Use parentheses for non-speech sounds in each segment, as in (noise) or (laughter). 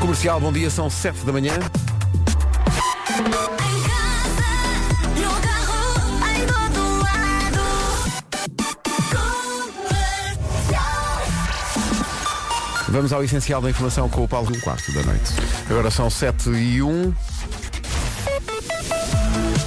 Comercial, bom dia, são 7 da manhã. Em casa, no carro, em todo lado. Vamos ao essencial da informação com o Paulo do quarto da noite. Agora são 7 e 1.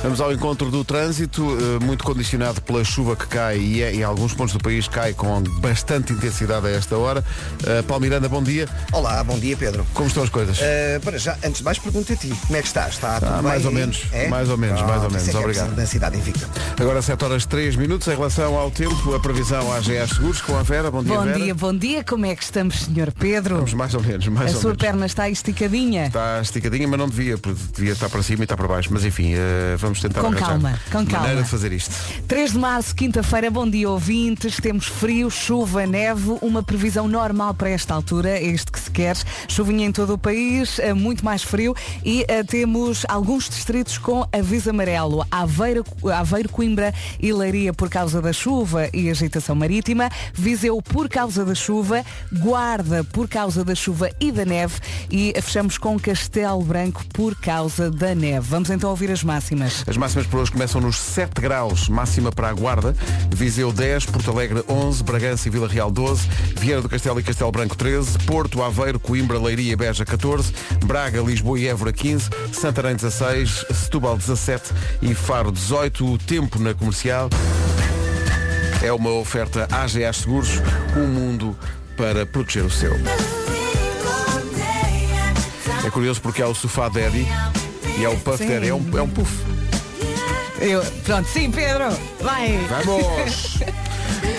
Vamos ao encontro do trânsito, eh, muito condicionado pela chuva que cai e é- em alguns pontos do país cai com bastante intensidade a esta hora. Eh, Paulo Miranda, bom dia. Olá, bom dia Pedro. Como estão as coisas? Uh, para já, antes de mais, pergunto a ti, como é que estás? Está tudo bem? Ah, mais ou menos, mais ou menos, mais ou menos, isso é que é a obrigado. questão Da cidade invicta. Agora 7 horas 3 minutos. Em relação ao tempo, a previsão AGA Seguros com a Vera. Bom dia, Bom Vera. dia, bom dia. Como é que estamos, Sr. Pedro? Vamos mais ou menos, mais a ou sua menos. perna está esticadinha? Está Tá esticadinha, mas não devia, porque devia estar para cima e está para baixo. Mas enfim, eh, vamos tentar Com arranjar calma, com maneira calma. de fazer isto. 3 de março, quinta-feira, bom dia ouvintes. Temos frio, chuva, neve, uma previsão normal para esta altura, é isto que se quer. Chuvinha em todo o país, eh, muito mais frio e eh, temos alguns distritos com aviso amarelo. Aveiro, Aveiro, Coimbra e Leiria por causa da chuva e agitação marítima, Viseu por causa da chuva, Guarda por causa da chuva e da neve e fechamos com Castelo Branco por causa da neve. Vamos então ouvir as máximas. As máximas para hoje começam nos 7 graus, máxima para a Guarda, Viseu 10, Porto Alegre 11, Bragança e Vila Real 12, Vieira do Castelo e Castelo Branco 13, Porto, Aveiro, Coimbra, Leiria e Beja 14, Braga, Lisboa e Évora 15, Santarém 16, Setúbal 17 e Faro 18. O tempo na comercial é uma oferta AGA Seguros, um mundo para proteger o seu. É curioso porque há o sofá Daddy e há o Puff Sim. Daddy, é um, é um puff. Eu, pronto, sim, Pedro, vai. Vamos!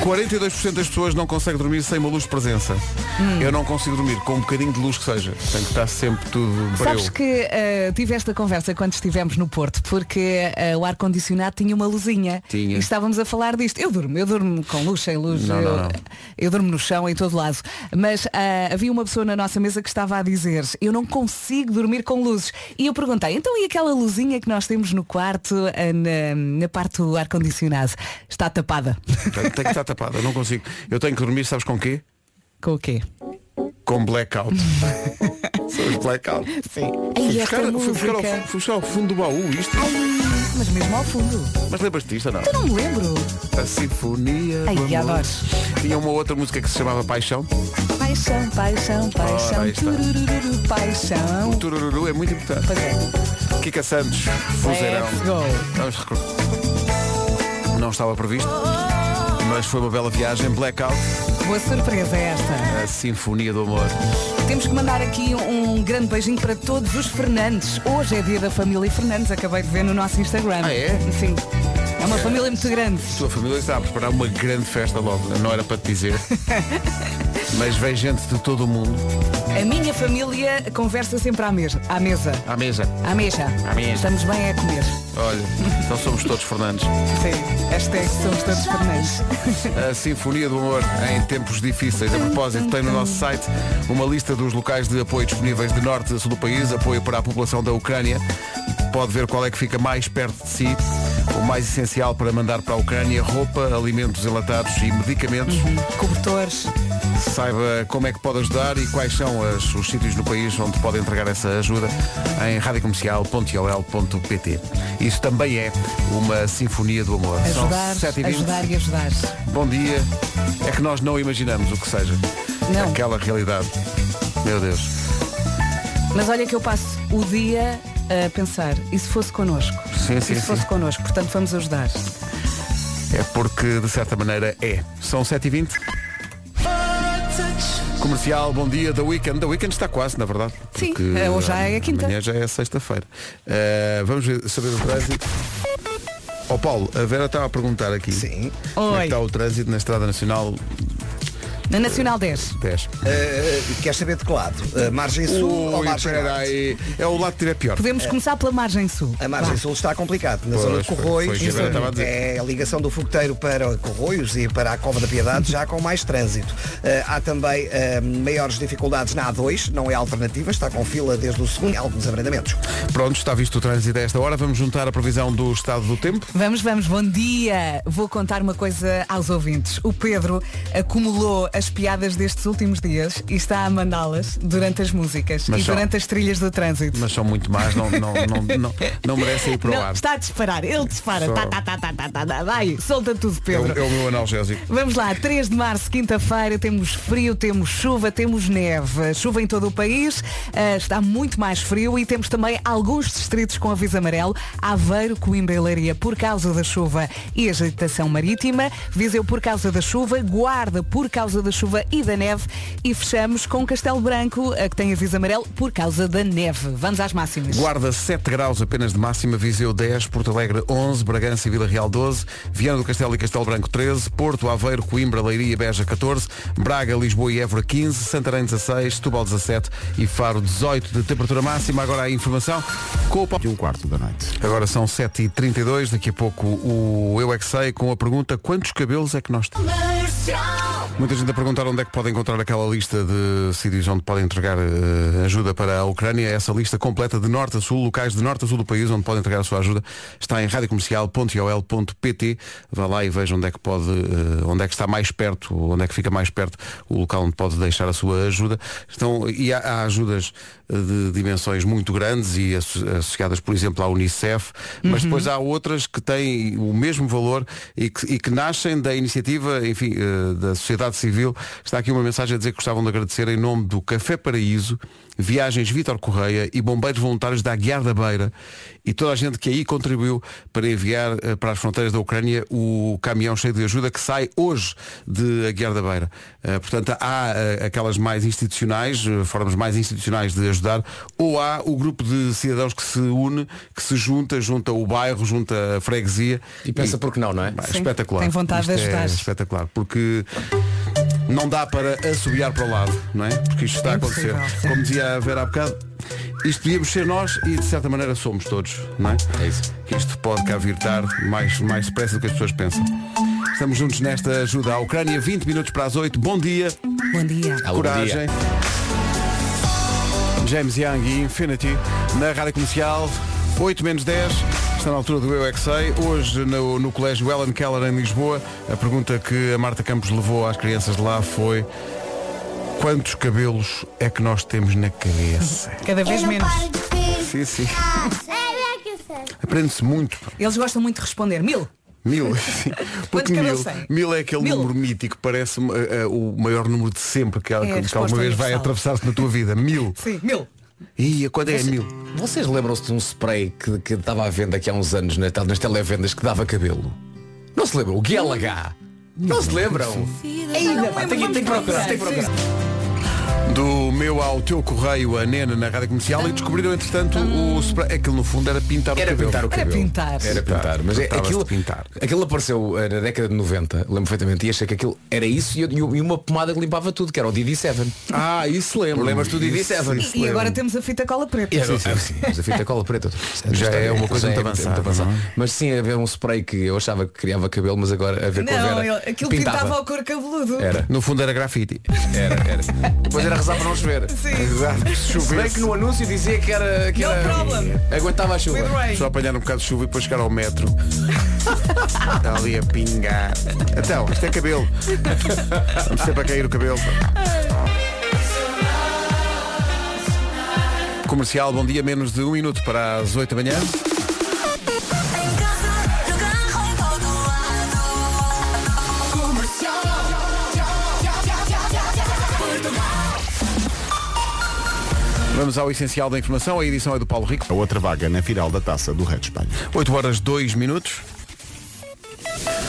42% das pessoas não conseguem dormir sem uma luz de presença. Hum. Eu não consigo dormir com um bocadinho de luz que seja. Portanto, está sempre tudo breu. Sabes que ah, tive esta conversa quando estivemos no Porto, porque ah, o ar-condicionado tinha uma luzinha. Tinha. E estávamos a falar disto. Eu durmo, eu durmo com luz, sem luz. Não, eu, não, não. eu durmo no chão, em todo lado. Mas ah, havia uma pessoa na nossa mesa que estava a dizer, eu não consigo dormir com luzes. E eu perguntei, então e aquela luzinha que nós temos no quarto, ah, na, na parte do ar-condicionado? Está tapada. (laughs) Tem, tem que estar tapada, eu não consigo. Eu tenho que dormir, sabes com quê? com o quê? Com (laughs) blackout. São os blackout. Sim. Fui Ai, esta buscar, fui buscar ao, música. fu- fui buscar ao fundo do baú isto. é, Mas mesmo ao fundo. Mas lembras-te disto ou não? Eu não me lembro. A sinfonia. Ai, do amor. adoro. Tinha uma outra música que se chamava Paixão. Paixão, paixão, paixão, Ora, aí está. turururu, O paixão. turururu é muito importante. Pois é. Kika Santos, Fuzeirão. Let's go. Vamos recordar. Não estava previsto, mas foi uma bela viagem. Blackout, Boa surpresa é esta. a Sinfonia do Amor. Temos que mandar aqui um grande beijinho para todos os Fernandes. Hoje é dia da família Fernandes, acabei de ver no nosso Instagram. Ah, é? Sim. É uma família muito grande. A tua família está a preparar uma grande festa logo, não era para te (laughs) dizer. Mas vem gente de todo o mundo A minha família conversa sempre à mesa. À mesa. à mesa. À mesa. À mesa. Estamos bem a comer. Olha, então somos todos Fernandes. Sim. é Hashtag somos todos Fernandes. A Sinfonia do Amor em tempos difíceis. A propósito, tem no nosso site uma lista dos locais de apoio disponíveis de norte a sul do país, apoio para a população da Ucrânia. Pode ver qual é que fica mais perto de si. O mais essencial para mandar para a Ucrânia, roupa, alimentos enlatados e medicamentos. Cobertores. Saiba como é que pode ajudar e quais são as- os sítios no país onde pode entregar essa ajuda em radiocomercial.ol.pt. Isso também é uma sinfonia do amor. São Ajudar, 7h20. ajudar e ajudar. Bom dia. É que nós não imaginamos o que seja. Não. Aquela realidade. Meu Deus. Mas olha que eu passo o dia a pensar, e se fosse connosco? Sim, e sim, se fosse sim. connosco, portanto vamos ajudar. É porque, de certa maneira, é. São 7h20. Comercial, bom dia, da Weekend. Da Weekend está quase, na verdade. Sim, porque eh, hoje já é a quinta. Amanhã já é a sexta-feira. Eh, vamos ver- saber o trânsito. Ó Paulo, a Vera estava a perguntar aqui. Sim. Como é que Oi. está o trânsito na Estrada Nacional Na Nacional 10. 10? Uh, queres saber de que lado? Uh, margem sul ou Ui, margem espera norte? aí. É o lado que tiver pior. Podemos começar pela margem sul. A margem sul está complicado. Na Pois, zona de foi- foi o Corroios, que a Vera estava a dizer. é a ligação do fogueteiro para Corroios e para a Cova da Piedade, já com mais trânsito. Eh, há também eh, maiores dificuldades na A2, não é alternativa, está com fila desde o segundo, alguns abrandamentos. Pronto, está visto o trânsito a esta hora. Vamos juntar a previsão do estado do tempo. Vamos, vamos, bom dia. Vou contar uma coisa aos ouvintes. O Pedro acumulou a as piadas destes últimos dias e está a mandá-las durante as músicas Mas e só- durante as trilhas do trânsito. Mas são muito más, não, não, não, não, não merecem ir para o Não, ar. está a disparar, ele dispara. Só- Tá, tá, tá, tá, tá, tá, tá. Vai, solta tudo, É o, Pedro. é o meu analgésico. Vamos lá, 3 de março, quinta-feira, temos frio, temos chuva, temos neve. Chuva em todo o país, ah, está muito mais frio e temos também alguns distritos com aviso amarelo. Aveiro, Coimbra e Leiria por causa da chuva e agitação marítima. Viseu por causa da chuva, Guarda por causa da chuva e da neve. E fechamos com Castelo Branco, ah, que tem aviso amarelo por causa da neve. Vamos às máximas. Guarda 7 graus apenas de máxima, Viseu 10, Porto Alegre 11, Bragança e Vila Real 12, Viana do Castelo e Castelo Branco 13, Porto, Aveiro, Coimbra, Leiria e Beja 14, Braga, Lisboa e Évora 15, Santarém 16, Setúbal 17 e Faro 18 de temperatura máxima. Agora a informação com o Paulo. E um quarto da noite. Agora são 7h32, daqui a pouco o Eu é que sei com a pergunta quantos cabelos é que nós temos? Muita gente a perguntar onde é que pode encontrar aquela lista de sítios onde podem entregar eh, ajuda para a Ucrânia. Essa lista completa de norte a sul, locais de norte a sul do país onde podem entregar a sua ajuda, está em radiocomercial.ol.pt. Vá lá e veja onde é que pode, eh, onde é que está mais perto, onde é que fica mais perto o local onde pode deixar a sua ajuda. Estão, e há, há ajudas eh, de dimensões muito grandes e asso- associadas, por exemplo, à Unicef, mas depois há outras que têm o mesmo valor e que, e que nascem da iniciativa, enfim, eh, da sociedade civil. Está aqui uma mensagem a dizer que gostavam de agradecer em nome do Café Paraíso, Viagens Vítor Correia e Bombeiros Voluntários da Aguiar da Beira e toda a gente que aí contribuiu para enviar eh, para as fronteiras da Ucrânia o caminhão cheio de ajuda que sai hoje de Aguiar da Beira. Eh, Portanto, há eh, aquelas mais institucionais, eh, formas mais institucionais de ajudar, ou há o grupo de cidadãos que se une, que se junta, junta o bairro, junta a freguesia. E pensa por que não, não é? Pá, Sim, espetacular. tem vontade de Isto é ajudar. espetacular, porque não dá para assobiar para o lado, não é? Porque isto está a acontecer. Impossível, sim. Como dizia a Vera há bocado, isto devíamos ser nós e de certa maneira somos todos, não é? É isso. Isto pode cá vir tarde, mais, mais depressa do que as pessoas pensam. Estamos juntos nesta ajuda à Ucrânia, 20 minutos para as 8. Bom dia, Bom dia. Algum coragem. dia. James Young e Infinity na Rádio Comercial, 8 menos 10. Está na altura do Eu é que Sei. Hoje no, no Colégio Ellen Keller em Lisboa, a pergunta que a Marta Campos levou às crianças de lá foi quantos cabelos é que nós temos na (laughs) cabeça? Cada vez Eu não menos. paro de pensar. Sim, sim. É que eu sei. Aprende-se muito. pá. Eles gostam muito de responder. Mil. Mil. Sim. (laughs) Porque mil, cabelos tem? mil é aquele Mil. número mítico, parece eh, eh, o maior número de sempre que, há- É a que alguma resposta vez vai universal. atravessar-se na tua vida. Mil. Sim, mil. E quando é mil? Vocês lembram-se de um spray que, que estava à venda aqui há uns anos né, tal, nas televendas que dava cabelo? Não se lembram? O Guialagá. Não se lembram? Ainda Tem que- tem que procurar, tem que procurar. Do meu ao teu correio, a Nena na rádio comercial e descobriram, entretanto, o spray. Aquilo no fundo era pintar o Ah. Era cabelo. pintar o Era cabelo. pintar. Era pintar. Mas é, Tratava-se aquilo, de pintar. aquilo apareceu eh, na década de 90, lembro perfeitamente, e achei que aquilo era isso e, eu- e uma pomada que limpava tudo, que era o DD7. Ah, isso lembro. Lembras-te do Didi Isso, Seven? isso E lembro. agora temos a fita cola preta. Era- ah, sim, mas a fita cola preta. Já é uma coisa Já muito avançada, não é? Mas sim, havia um spray que eu achava que criava cabelo, mas agora a ver com a Não, Vera, ele- aquilo pintava. ao cor cabeludo. Era, No fundo era grafite. era, era. Depois era rezar para não chover. Exato. Se bem Chover. que no anúncio dizia que era. Que No era- problem. Aguentava a With chuva. rain. Só apanhar um bocado de chuva e depois chegar ao metro. Está ali a pingar. Então, isto é cabelo. Vamos sempre a cair o cabelo. Comercial, bom dia, menos de um minuto para as 8 da manhã. Em casa, no carro, em todo lado. Comercial. Vamos ao essencial da informação. A edição é do Paulo Rico. A outra vaga na final da taça do Rei de Espanha. 8 horas 2 minutos.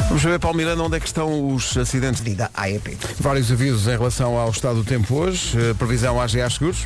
Vamos saber, Paulo Miranda, onde é que estão os acidentes. Medida AEP. Vários avisos em relação ao estado do tempo hoje. Eh, Previsão AGA Seguros.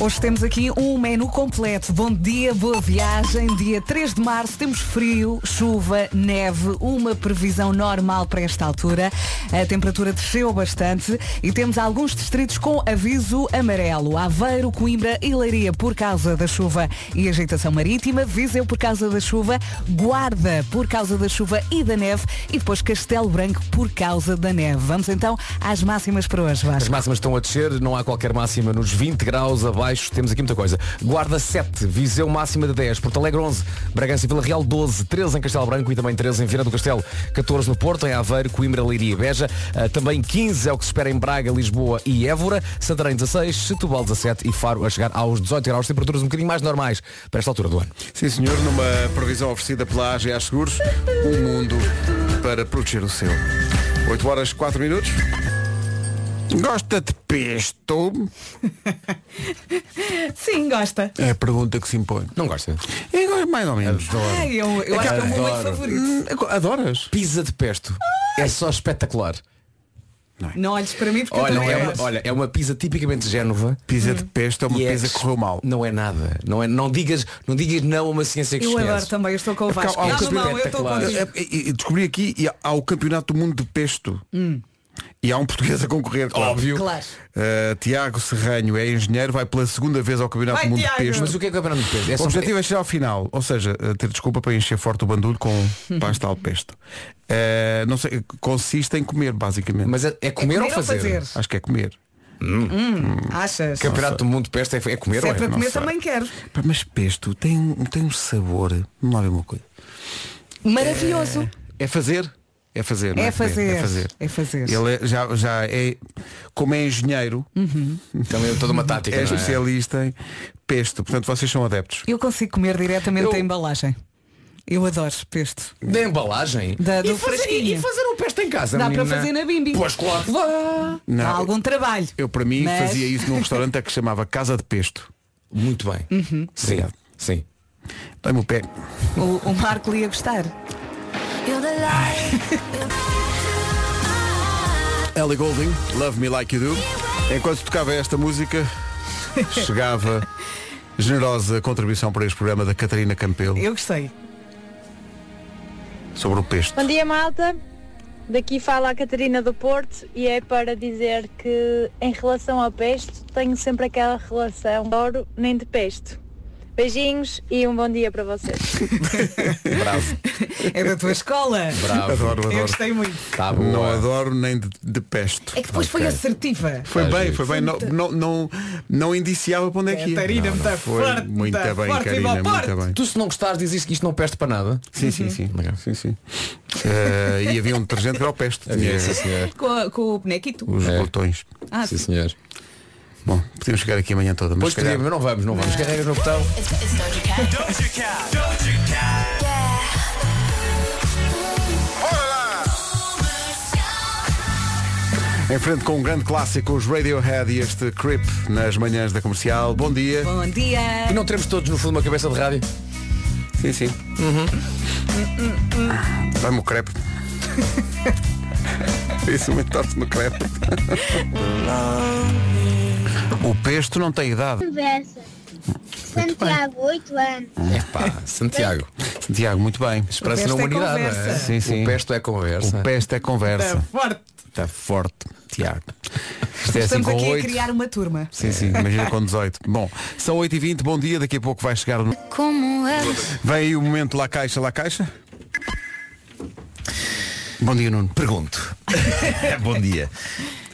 Hoje temos aqui um menu completo. Bom dia, boa viagem. Dia 3 de março temos frio, chuva, neve, uma previsão normal para esta altura. A temperatura desceu bastante e temos alguns distritos com aviso amarelo. Aveiro, Coimbra e Leiria por causa da chuva e agitação marítima. Viseu por causa da chuva. Guarda por causa da chuva e da neve. E depois Castelo Branco por causa da neve. Vamos então às máximas para hoje, As Vasco. máximas estão a descer, não há qualquer máxima nos 20 graus abaixo, temos aqui muita coisa. Guarda 7, Viseu máxima de 10, Porto Alegre 11, Bragança e Vila Real 12, 13 em Castelo Branco e também 13 em Viana do Castelo, 14 no Porto, em Aveiro, Coimbra, Leiria e Beja, Ah, também 15 é o que se espera em Braga, Lisboa e Évora, Santarém 16, Setúbal 17 e Faro a chegar aos 18 graus, temperaturas um bocadinho mais normais para esta altura do ano. Sim, senhor, numa previsão oferecida pela AGA Seguros, um mundo para proteger o seu. 8 horas 4 minutos. Gosta de pesto? Sim, gosta. É a pergunta que se impõe. Não gosta? Eu gosto É, mais ou menos. Ai, eu, eu acho que é o meu leite favorito. Hum, Adoras? Pisa de pesto. É só espetacular. Não olhes para mim porque eu Olha, também é gosto. uma, olha, é uma pizza tipicamente de Génova. Pizza Hum. de pesto é uma E é pizza que correu mal. Não é nada. Não, é, não, digas, não digas não a uma ciência que Eu adoro conheces. também, eu estou com o Vasco. há um Não, não, campeonato não, eu estou espetacular. contigo. Eu- eu- eu É, Descobri aqui, e há- há o Campeonato do Mundo de Pesto. E há um português a concorrer, claro. Óbvio. Hum. Claro. Uh, Tiago Serranho é engenheiro, vai pela segunda vez ao Campeonato Vai, do Mundo Tiago. de Pesto. Mas o que é que é para não depende? É O só objetivo é chegar ao final, ou seja, eh, ter desculpa para encher forte o bandulho com pasta ao pesto. Eh, não sei, consiste em comer, basicamente. Mas é, é comer ou fazer? Acho que é comer. Achas? Campeonato do Mundo de Peste é, é comer Se é ou é? para Não comer sei. também quero. Pá, Mas pesto tem, um- tem um sabor. Vamos lá ver uma coisa. Maravilhoso. É fazer? É fazer, não é? É comer, fazer, É fazer. é fazer. Ele é- já, já é, como é engenheiro, Também é toda uma tática. é não é? especialista em pesto. Portanto, vocês são adeptos. Eu consigo comer diretamente Eu- a embalagem. Eu adoro pesto. Da embalagem. Da- e, do fazer, frasquinho. e fazer um pesto em casa. Dá menina? para fazer na bimbi. Pois claro que dá. Não, Há algum trabalho. Eu, para mim, Mas- fazia isso num restaurante que se chamava Casa de Pesto. Muito bem. Uhum. Sim. Sim. Dói-me o pé. O, o Marco ia gostar. You're the light. Ellie Golding, Love Me Like You Do. Enquanto tocava esta música, chegava generosa contribuição para este programa da Catarina Campelo Eu gostei. sobre o peste. Bom dia, malta. Daqui fala a Catarina do Porto e é para dizer que, em relação à peste, tenho sempre aquela relação de ouro nem de peste. Beijinhos e um bom dia para vocês. Bravo. É da (laughs) tua escola. Bravo. Adoro, é. Eu adoro. gostei muito. Tá boa. Não adoro nem de, de peste. É que depois foi Ok. assertiva. Foi Tá bem, giro. foi bem. Não, não, não, não indiciava para onde é que ia. Catarina, Não, não, foi muito forte, muito muito bem, forte, Catarina, viva a muito parte. bem. Tu se não gostares dizes que isto não peste para nada. Sim, sim, sim. sim, sim. Eh, e havia um detergente que era o peste. Tinha senhor. Com, a- com o bonequito. os É. botões. Ah, Sim, sim. senhor. Bom, podíamos chegar aqui amanhã toda, mas Pois se calhar- queria, mas não vamos, não vamos. Carregas no botão. Em frente com um grande clássico, os Radiohead e este Creep nas manhãs da comercial. Bom dia. Bom dia. E não teremos todos no fundo uma cabeça de rádio? Sim, sim. Vai-me Uhum. o crepe. (laughs) Isso aumentar-se no crepe. o pesto não tem idade. Conversa. Santiago, 8 anos. Epá, Santiago. Tiago, muito bem. Parece na Pesto é humanidade. conversa. não é? Sim, sim. O pesto é conversa. O pesto é Tá conversa. forte. Está forte, Tiago. Isto é assim Estamos com aqui a oito. criar uma turma. Sim, sim, imagina com 18. Bom, são 8h20, bom dia, daqui a pouco vai chegar. o- Como eres? Vem aí o momento lá caixa, lá caixa. Bom dia, Nuno. Pergunto. (laughs) Bom dia.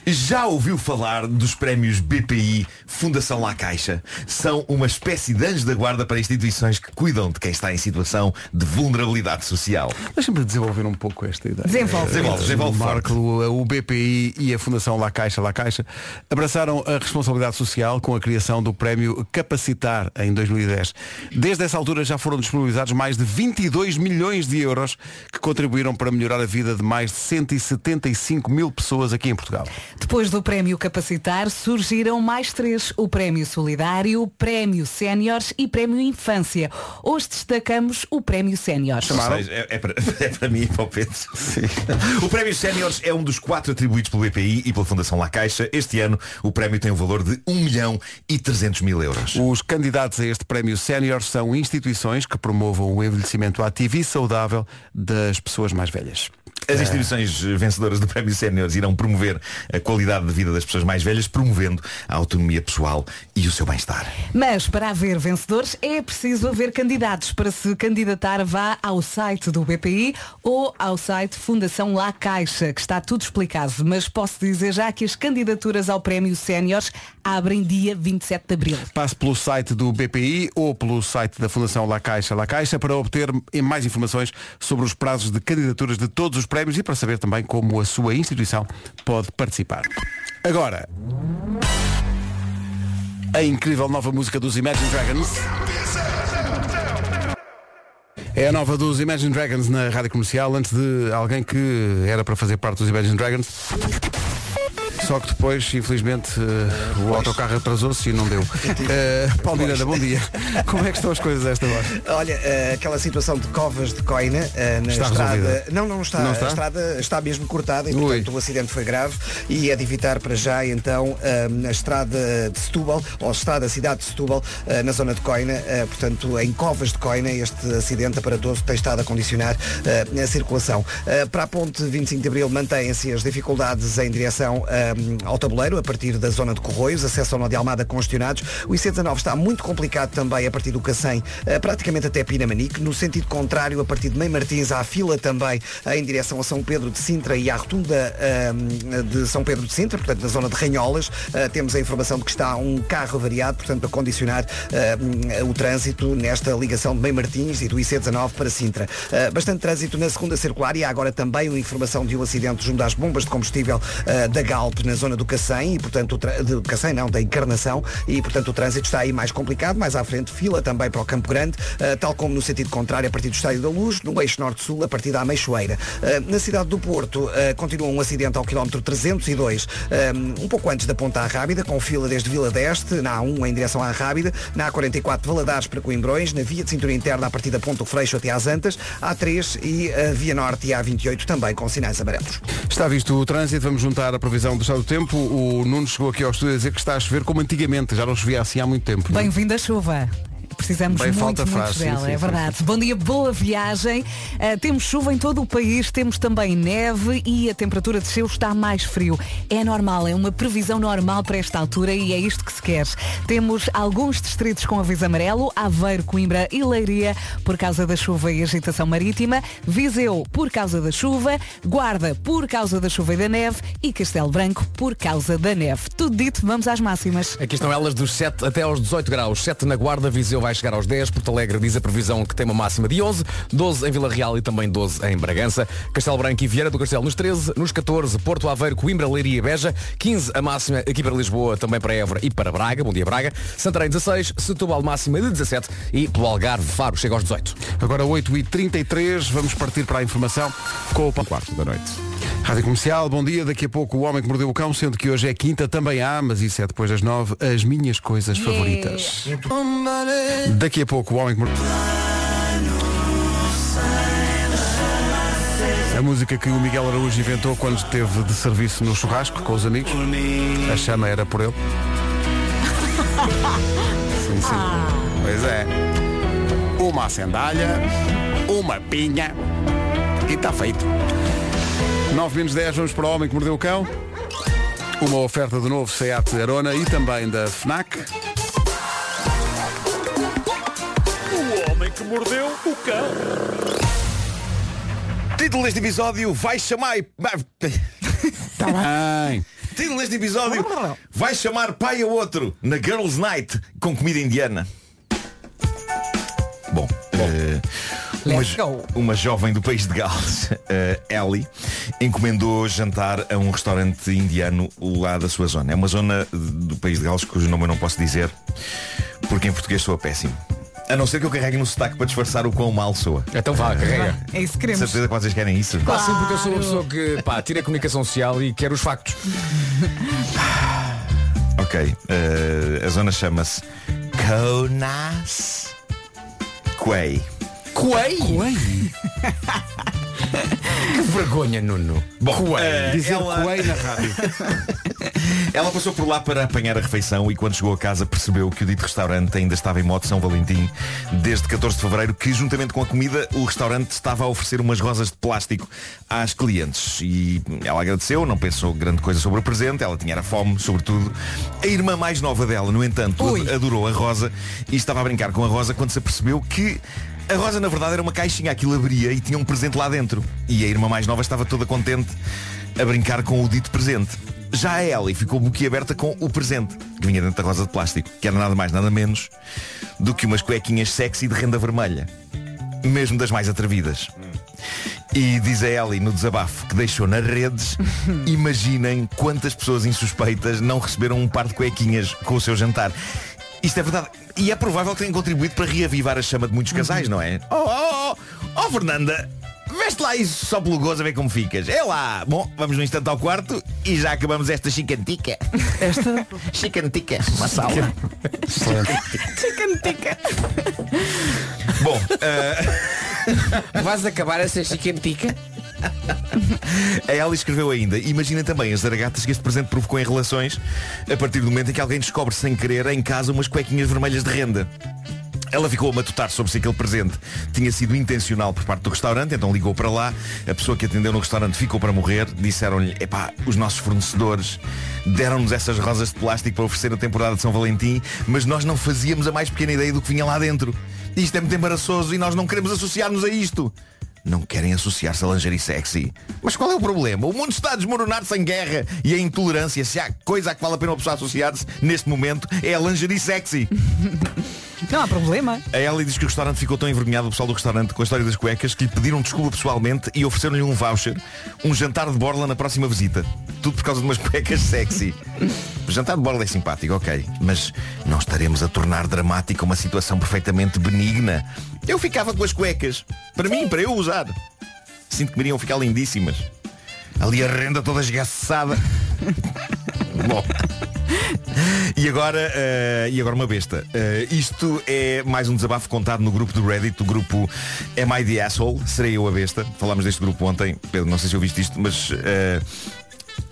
Já ouviu falar dos prémios BPI Fundação La Caixa? São uma espécie de anjo da guarda para instituições que cuidam de quem está em situação de vulnerabilidade social. Deixa-me desenvolver um pouco esta ideia. Desenvolve. Desenvolve, desenvolve Marco, forte. o BPI e a Fundação La Caixa, La Caixa abraçaram a responsabilidade social com a criação do prémio Capacitar em 2010. Desde essa altura já foram disponibilizados mais de 22 milhões de euros que contribuíram para melhorar a vida de mais de 175 mil pessoas aqui em Portugal. Depois do Prémio Capacitar, surgiram mais três, o Prémio Solidário, o Prémio Séniores e Prémio Infância. Hoje destacamos o Prémio Séniores. Ou seja, é, é para, (laughs) é para mim e para o Pedro. O Prémio Séniores é um dos quatro atribuídos pelo BPI e pela Fundação La Caixa. Este ano o prémio tem um valor de 1 milhão e 300 mil euros. Os candidatos a este prémio sénior são instituições que promovam o envelhecimento ativo e saudável das pessoas mais velhas. As instituições vencedoras do Prémio Séniores irão promover a qualidade de vida das pessoas mais velhas, promovendo a autonomia pessoal e o seu bem-estar. Mas para haver vencedores é preciso haver candidatos. Para se candidatar, vá ao site do BPI ou ao site Fundação La Caixa, que está tudo explicado. Mas posso dizer já que as candidaturas ao Prémio Séniores abrem dia 27 de Abril. Passe pelo site do BPI ou pelo site da Fundação La Caixa La Caixa para obter mais informações sobre os prazos de candidaturas de todos os prémios e para saber também como a sua instituição pode participar. Agora, a incrível nova música dos Imagine Dragons. É a nova dos Imagine Dragons na rádio comercial, antes de alguém que era para fazer parte dos Imagine Dragons. Só que depois, infelizmente, eh, o autocarro atrasou-se e não deu. Eh, Paulo Miranda, bom dia. Como é que estão as coisas a esta hora? Olha, eh, aquela situação de covas de coina eh, na Está estrada. resolvida? Não, não está. Não está? A estrada está mesmo cortada e Ui. portanto o acidente foi grave e é de evitar para já então eh, na estrada de Setúbal, ou estrada da cidade de Setúbal, eh, na zona de Coina, eh, portanto em Covas de Coina, este acidente aparatoso tem estado a condicionar eh, a circulação. Eh, para a ponte 25 de Abril mantêm-se as dificuldades em direção eh, ao tabuleiro, a partir da zona de Corroios, acesso ao Nó de Almada congestionados. O IC19 está muito complicado também a partir do Cacém, eh, praticamente até Pinamanique. No sentido contrário, a partir de Mãe Martins, há fila também eh, em direção a São Pedro de Sintra e à rotunda eh, de São Pedro de Sintra, portanto, na zona de Ranholas. Eh, Temos a informação de que está um carro variado, portanto, a condicionar eh, o trânsito nesta ligação de Mãe Martins e do IC19 para Sintra. Eh, Bastante trânsito na segunda circular e há agora também uma informação de um acidente junto às bombas de combustível eh, da Galp na zona do Cacém e, portanto, o tra- de Cacém não, da Encarnação e, portanto, o trânsito está aí mais complicado, mais à frente fila também para o Campo Grande, eh, tal como no sentido contrário a partir do Estádio da Luz, no eixo norte-sul a partir da Ameixoeira. Eh, na cidade do Porto eh, continua um acidente ao quilómetro 302, eh, um pouco antes da Ponta à Rábida, com fila desde Vila Deste, na A1 em direção à Rábida, na A44 de Valadares para Coimbrões, na via de cintura interna a partir da Ponto Freixo até às Antas, A3 e a Via Norte e a A28 também com sinais amarelos. Está visto o trânsito, vamos juntar a previsão do estado do tempo. O Nuno chegou aqui ao estúdio a dizer que está a chover como antigamente, já não chovia assim há muito tempo. não é? Bem-vindo à chuva. Precisamos Bem, muito, falta muito faz, sim, dela, sim, sim, é verdade. Bom dia, boa viagem. Ah, temos chuva em todo o país, temos também neve e a temperatura desceu, está mais frio. É normal, é uma previsão normal para esta altura e é isto que se quer. Temos alguns distritos com aviso amarelo, Aveiro, Coimbra e Leiria por causa da chuva e agitação marítima, Viseu por causa da chuva, Guarda por causa da chuva e da neve e Castelo Branco por causa da neve. Tudo dito, vamos às máximas. Aqui estão elas dos 7 até aos 18 graus. 7 na Guarda, Viseu vai chegar aos 10. Porto Alegre diz a previsão que tem uma máxima de 11. 12 em Vila Real e também 12 em Bragança. Castelo Branco e Vieira do Castelo nos 13. Nos 14, Porto Aveiro, Coimbra, Leiria e Beja. 15 a máxima aqui para Lisboa, também para Évora e para Braga. Bom dia, Braga. Santarém 16. Setúbal máxima de 17. E pelo Algarve, Faro chega aos 18. Agora 8h33, vamos partir para a informação com o Paulo. Quarto da noite. Rádio Comercial, bom dia. Daqui a pouco o Homem que Mordeu o Cão, sendo que hoje é quinta, também há, mas isso é depois das nove, as minhas coisas favoritas. Daqui a pouco o Homem que Mordeu A música que o Miguel Araújo inventou quando esteve de serviço no churrasco com os amigos. A chama era por ele. Sim, sim. Pois é. Uma sandália, uma pinha e está feito. 9 menos 10, vamos para o Homem que Mordeu o Cão. Uma oferta do novo Seat Arona e também da FNAC. Título deste episódio vai chamar. Bem, Título deste episódio vai chamar pai a outro na Girls Night com comida indiana. Bom, eh, uma, Let's go. uma jovem do país de Gales, (laughs) eh, Ellie, encomendou jantar a um restaurante indiano lá da sua zona. É uma zona do país de Gales cujo nome eu não posso dizer porque em português soa péssimo. A não ser que eu carregue no sotaque para disfarçar o quão mal soa. Então vá, carrega. É isso que De queremos. certeza que vocês querem isso. Claro. Sim, porque eu sou uma pessoa que pá, tira a comunicação social e quer os factos. Ok, eh, a zona chama-se Conas Quay. Coei! (laughs) que vergonha, Nuno. Bom, Coei. eh, dizer ela, coei na rádio. Ela passou por lá para apanhar a refeição e quando chegou a casa percebeu que o dito restaurante ainda estava em modo São Valentim desde 14 de Fevereiro que juntamente com a comida o restaurante estava a oferecer umas rosas de plástico às clientes e ela agradeceu, não pensou grande coisa sobre o presente, ela tinha era fome sobretudo. A irmã mais nova dela, no entanto, Ui. adorou a rosa e estava a brincar com a rosa quando se apercebeu que a rosa na verdade era uma caixinha, aquilo abria e tinha um presente lá dentro. E a irmã mais nova estava toda contente a brincar com o dito presente. Já a Ellie ficou boquiaberta com o presente que vinha dentro da rosa de plástico, que era nada mais, nada menos do que umas cuequinhas sexy de renda vermelha. Mesmo das mais atrevidas. E diz a Ellie no desabafo que deixou nas redes Imaginem quantas pessoas insuspeitas não receberam um par de cuequinhas com o seu jantar Isto é verdade E é provável que tenham contribuído para reavivar a chama de muitos casais, não é? Oh, oh, oh, oh Fernanda Veste lá isso só pelo gozo a ver como ficas É lá Bom, vamos no instante ao quarto E já acabamos esta chicantica Esta? (laughs) chicantica Uma sala Chicken tica. Bom, eh, Vais acabar essa chiquentica? A Ellie escreveu ainda Imaginem também as zaragatas que este presente provocou em relações A partir do momento em que alguém descobre sem querer Em casa umas cuequinhas vermelhas de renda ela ficou a matutar sobre se aquele presente tinha sido intencional por parte do restaurante, então ligou para lá. A pessoa que atendeu no restaurante ficou para morrer. Disseram-lhe, epá, os nossos fornecedores deram-nos essas rosas de plástico para oferecer a temporada de São Valentim, mas nós não fazíamos a mais pequena ideia do que vinha lá dentro. Isto é muito embaraçoso e nós não queremos associar-nos a isto. Não querem associar-se a lingerie sexy. Mas qual é o problema? O mundo está a desmoronar sem guerra e a intolerância. Se há coisa a que vale a pena uma pessoa associar-se neste momento é a lingerie sexy. Não há problema. A Ellie diz que o restaurante ficou tão envergonhado, o pessoal do restaurante, com a história das cuecas, que lhe pediram desculpa pessoalmente e ofereceram-lhe um voucher, um jantar de borla na próxima visita. Tudo por causa de umas (laughs) cuecas sexy. O jantar de borla é simpático, ok. Mas não estaremos a tornar dramática uma situação perfeitamente benigna. Eu ficava com as cuecas. Para mim, para eu usar. Sinto que me iriam ficar lindíssimas. Ali a renda toda esgaçada. Bom. E agora, eh, e agora uma besta. Eh, isto é mais um desabafo contado no grupo do Reddit, o grupo Am I the Asshole? Serei eu a besta. Falámos deste grupo ontem, Pedro, não sei se ouviste isto, mas eh,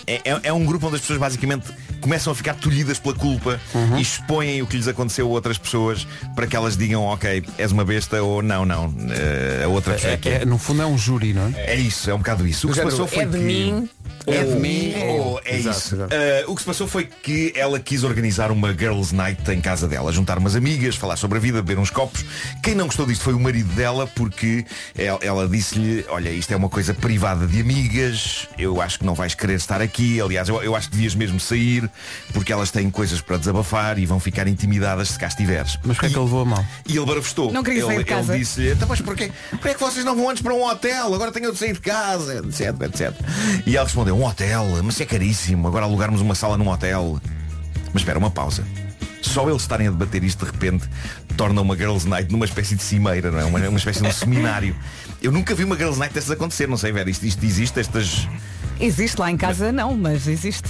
é, é- é um grupo onde as pessoas basicamente começam a ficar tolhidas pela culpa e expõem o que lhes aconteceu a outras pessoas para que elas digam, ok, és uma besta ou não, não, eh, a outra pessoa é que é. É, no fundo é um júri, não é? É isso, é um bocado isso. O que se passou foi é de que- mim. é de Ou- mim ou ou- é Exato, isso. exato. Uh, o que se passou foi que ela quis organizar uma girls night em casa dela, juntar umas amigas, falar sobre a vida, beber uns copos. Quem não gostou disto foi o marido dela porque el- ela disse-lhe, olha, isto é uma coisa privada de amigas, eu acho que não vais querer estar aqui, aliás, eu, eu acho que devias mesmo sair, porque elas têm coisas para desabafar e vão ficar intimidadas se cá estiveres. Mas o que é que ele levou a mal? E ele barafestou. Não queria ele, sair de ele casa. disse-lhe, então mas porquê? Porquê é que vocês não vão antes para um hotel? Agora tenho de sair de casa, etc, etc. E ela respondeu, um hotel, mas isso é caríssimo, agora alugarmos uma sala num hotel. Mas espera, uma pausa. Só eles estarem a debater isto de repente torna uma Girls Night numa espécie de cimeira, não é? Uma, uma espécie de um seminário. Eu nunca vi uma Girls Night dessas acontecer, não sei, Vera, isto, isto existe, estas. Existe lá em casa, não, mas existe.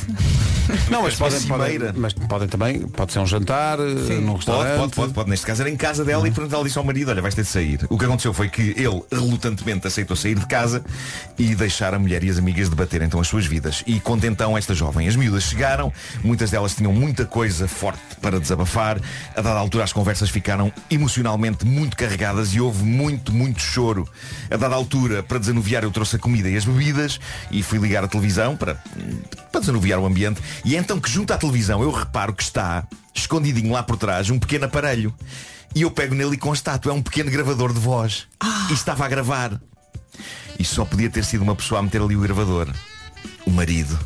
Não, mas podem, Espécie de podem, cimeira. mas podem também, pode ser um jantar, eh, num Pode, restaurante. pode, pode, pode. Neste caso era em casa dela e portanto ela disse ao marido, olha, vais ter de sair. O que aconteceu foi que ele relutantemente aceitou sair de casa e deixar a mulher e as amigas debater então as suas vidas. E conta então esta jovem. As miúdas chegaram, muitas delas tinham muita coisa forte para desabafar. A dada altura as conversas ficaram emocionalmente muito carregadas e houve muito, muito choro. A dada altura, para desanuviar, eu trouxe a comida e as bebidas e fui ligar a televisão para, para desanuviar o ambiente. E é então que junto à televisão eu reparo que está escondidinho lá por trás, um pequeno aparelho. E eu pego nele e constato, é um pequeno gravador de voz. E estava a gravar. E só podia ter sido uma pessoa a meter ali o gravador. O marido.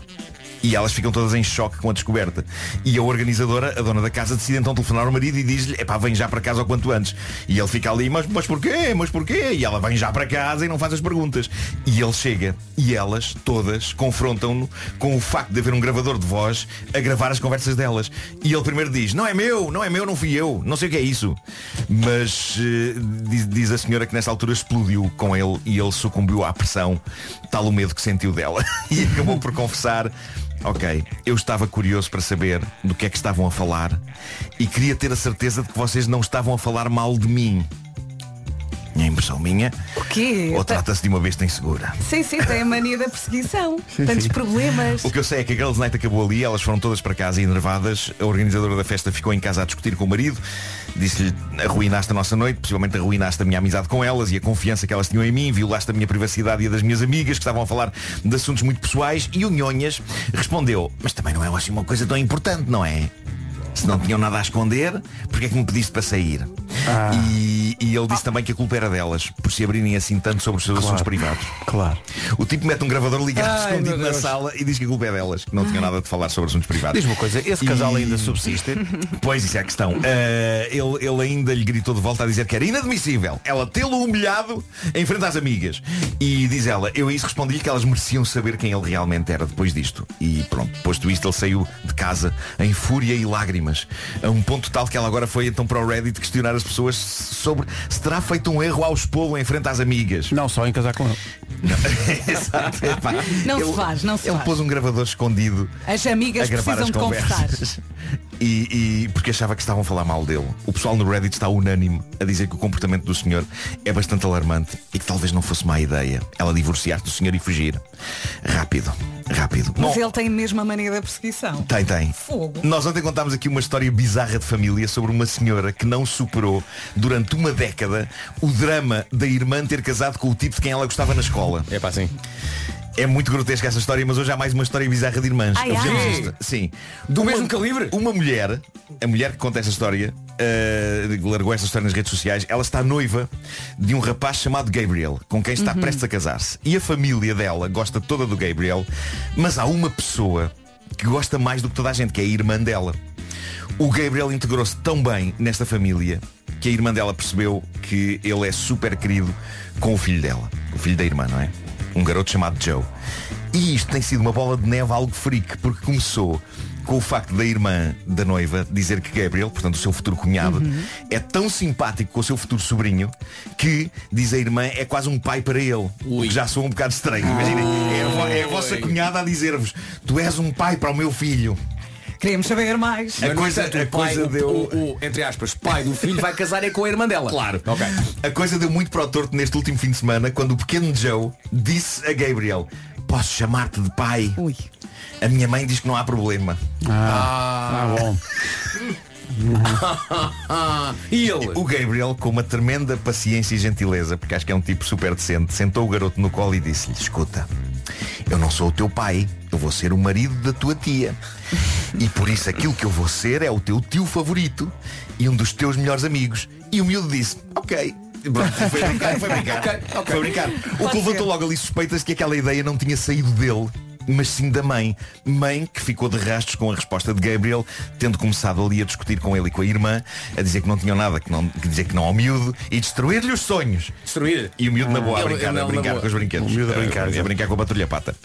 E elas ficam todas em choque com a descoberta. E a organizadora, a dona da casa, decide então telefonar ao marido e diz-lhe, epá, vem já para casa o quanto antes. E ele fica ali, mas, mas porquê? Mas porquê? E ela vem já para casa e não faz as perguntas. E ele chega. E elas, todas, confrontam-no com o facto de haver um gravador de voz a gravar as conversas delas. E ele primeiro diz, não é meu, não é meu, não fui eu, não sei o que é isso. Mas eh, diz, diz a senhora que nessa altura explodiu com ele e ele sucumbiu à pressão, tal o medo que sentiu dela. (laughs) E acabou por confessar, ok, eu estava curioso para saber do que é que estavam a falar e queria ter a certeza de que vocês não estavam a falar mal de mim. E A impressão perseguição minha. O quê? Tá, Ou trata-se de uma besta insegura. Sim, sim, tem a mania da perseguição. Tantos problemas. O que eu sei é que a Girls Night acabou ali, elas foram todas para casa enervadas. A organizadora da festa ficou em casa a discutir com o marido. Disse-lhe, arruinaste a nossa noite, possivelmente arruinaste a minha amizade com elas e a confiança que elas tinham em mim, violaste a minha privacidade e a das minhas amigas que estavam a falar de assuntos muito pessoais. E o Nhonhas respondeu, mas também não é assim uma coisa tão importante, não é? Se não tinham nada a esconder, porque é que me pediste para sair? Ah. E, e ele disse também que a culpa era delas, por se abrirem assim tanto sobre os seus assuntos privados. Claro. O tipo mete um gravador ligado Ai, escondido meu na Deus. sala e diz que a culpa é delas, que não tinham nada de falar sobre assuntos privados. Diz-me uma coisa, esse E- casal ainda subsiste? Pois isso é a questão. Eh, ele, ele ainda lhe gritou de volta a dizer que era inadmissível ela tê-lo humilhado em frente às amigas. E diz ela, eu a isso respondi-lhe que elas mereciam saber quem ele realmente era depois disto. E pronto, posto isto, ele saiu de casa em fúria e lágrimas. A um ponto tal que ela agora foi então para o Reddit questionar as pessoas sobre se terá feito um erro ao expô-lo em frente às amigas. (laughs) Não, só em casar com ele. Exato. epá. Não se Ele- faz, não se Ele faz. pôs um gravador escondido As amigas a gravar precisam as de conversar. conversas. (laughs) E, e- porque achava que estavam a falar mal dele. O pessoal no Reddit está unânime a dizer que o comportamento do senhor é bastante alarmante e que talvez não fosse má ideia ela divorciar-se do senhor e fugir. Rápido, rápido. Mas Bom, Tá. ele tem mesmo a mania da perseguição. Tem, tem. Fogo. Nós ontem contámos aqui uma história bizarra de família sobre uma senhora que não superou durante uma década o drama da irmã ter casado com o tipo de quem ela gostava na escola. É pá, sim. É muito grotesca essa história, mas hoje há mais uma história bizarra de irmãs. Ai, Vejamos ai. isto. Sim. Do mesmo calibre? Uma mulher, a mulher que conta essa história, uh, largou essa história nas redes sociais, ela está noiva de um rapaz chamado Gabriel, com quem Uhum. está prestes a casar-se. E a família dela gosta toda do Gabriel, mas há uma pessoa que gosta mais do que toda a gente, que é a irmã dela. O Gabriel integrou-se tão bem nesta família que a irmã dela percebeu que ele é super querido com o filho dela. O filho da irmã, não é? Um garoto chamado Joe. E isto tem sido uma bola de neve algo freak, porque começou com o facto da irmã da noiva dizer que Gabriel, portanto o seu futuro cunhado, é tão simpático com o seu futuro sobrinho que, diz a irmã, é quase um pai para ele. O que já soa um bocado estranho. Imaginem, é a vo- é a vossa cunhada a dizer-vos, tu és um pai para o meu filho. Queremos saber mais. A coisa, a coisa deu. O, o, entre aspas, pai do filho vai casar é com a irmã dela. Claro. Ok. A coisa deu muito para o torto neste último fim de semana quando o pequeno Joe disse a Gabriel Posso chamar-te de pai? Ui. A minha mãe diz que não há problema. Ah, bom. Ah, E ele? O Gabriel, com uma tremenda paciência e gentileza, porque acho que é um tipo super decente, sentou o garoto no colo e disse-lhe, escuta, eu não sou o teu pai, eu vou ser o marido da tua tia. E por isso aquilo que eu vou ser é o teu tio favorito e um dos teus melhores amigos. E o miúdo disse, ok. Pronto, Foi brincar, foi brincar. Foi brincar. O que levantou logo ali suspeitas que aquela ideia não tinha saído dele. Mas sim da mãe. Mãe que ficou de rastros com a resposta de Gabriel, tendo começado ali a discutir com ele e com a irmã, a dizer que não tinham nada, que, não, que dizer que não ao miúdo e destruir-lhe os sonhos. Destruir. E o miúdo na boa a Ah. Ele- brincar, ele a na brincar boa. com os brinquedos. O miúdo a Eh, brincar, a brincar com a (laughs) patrulha pata.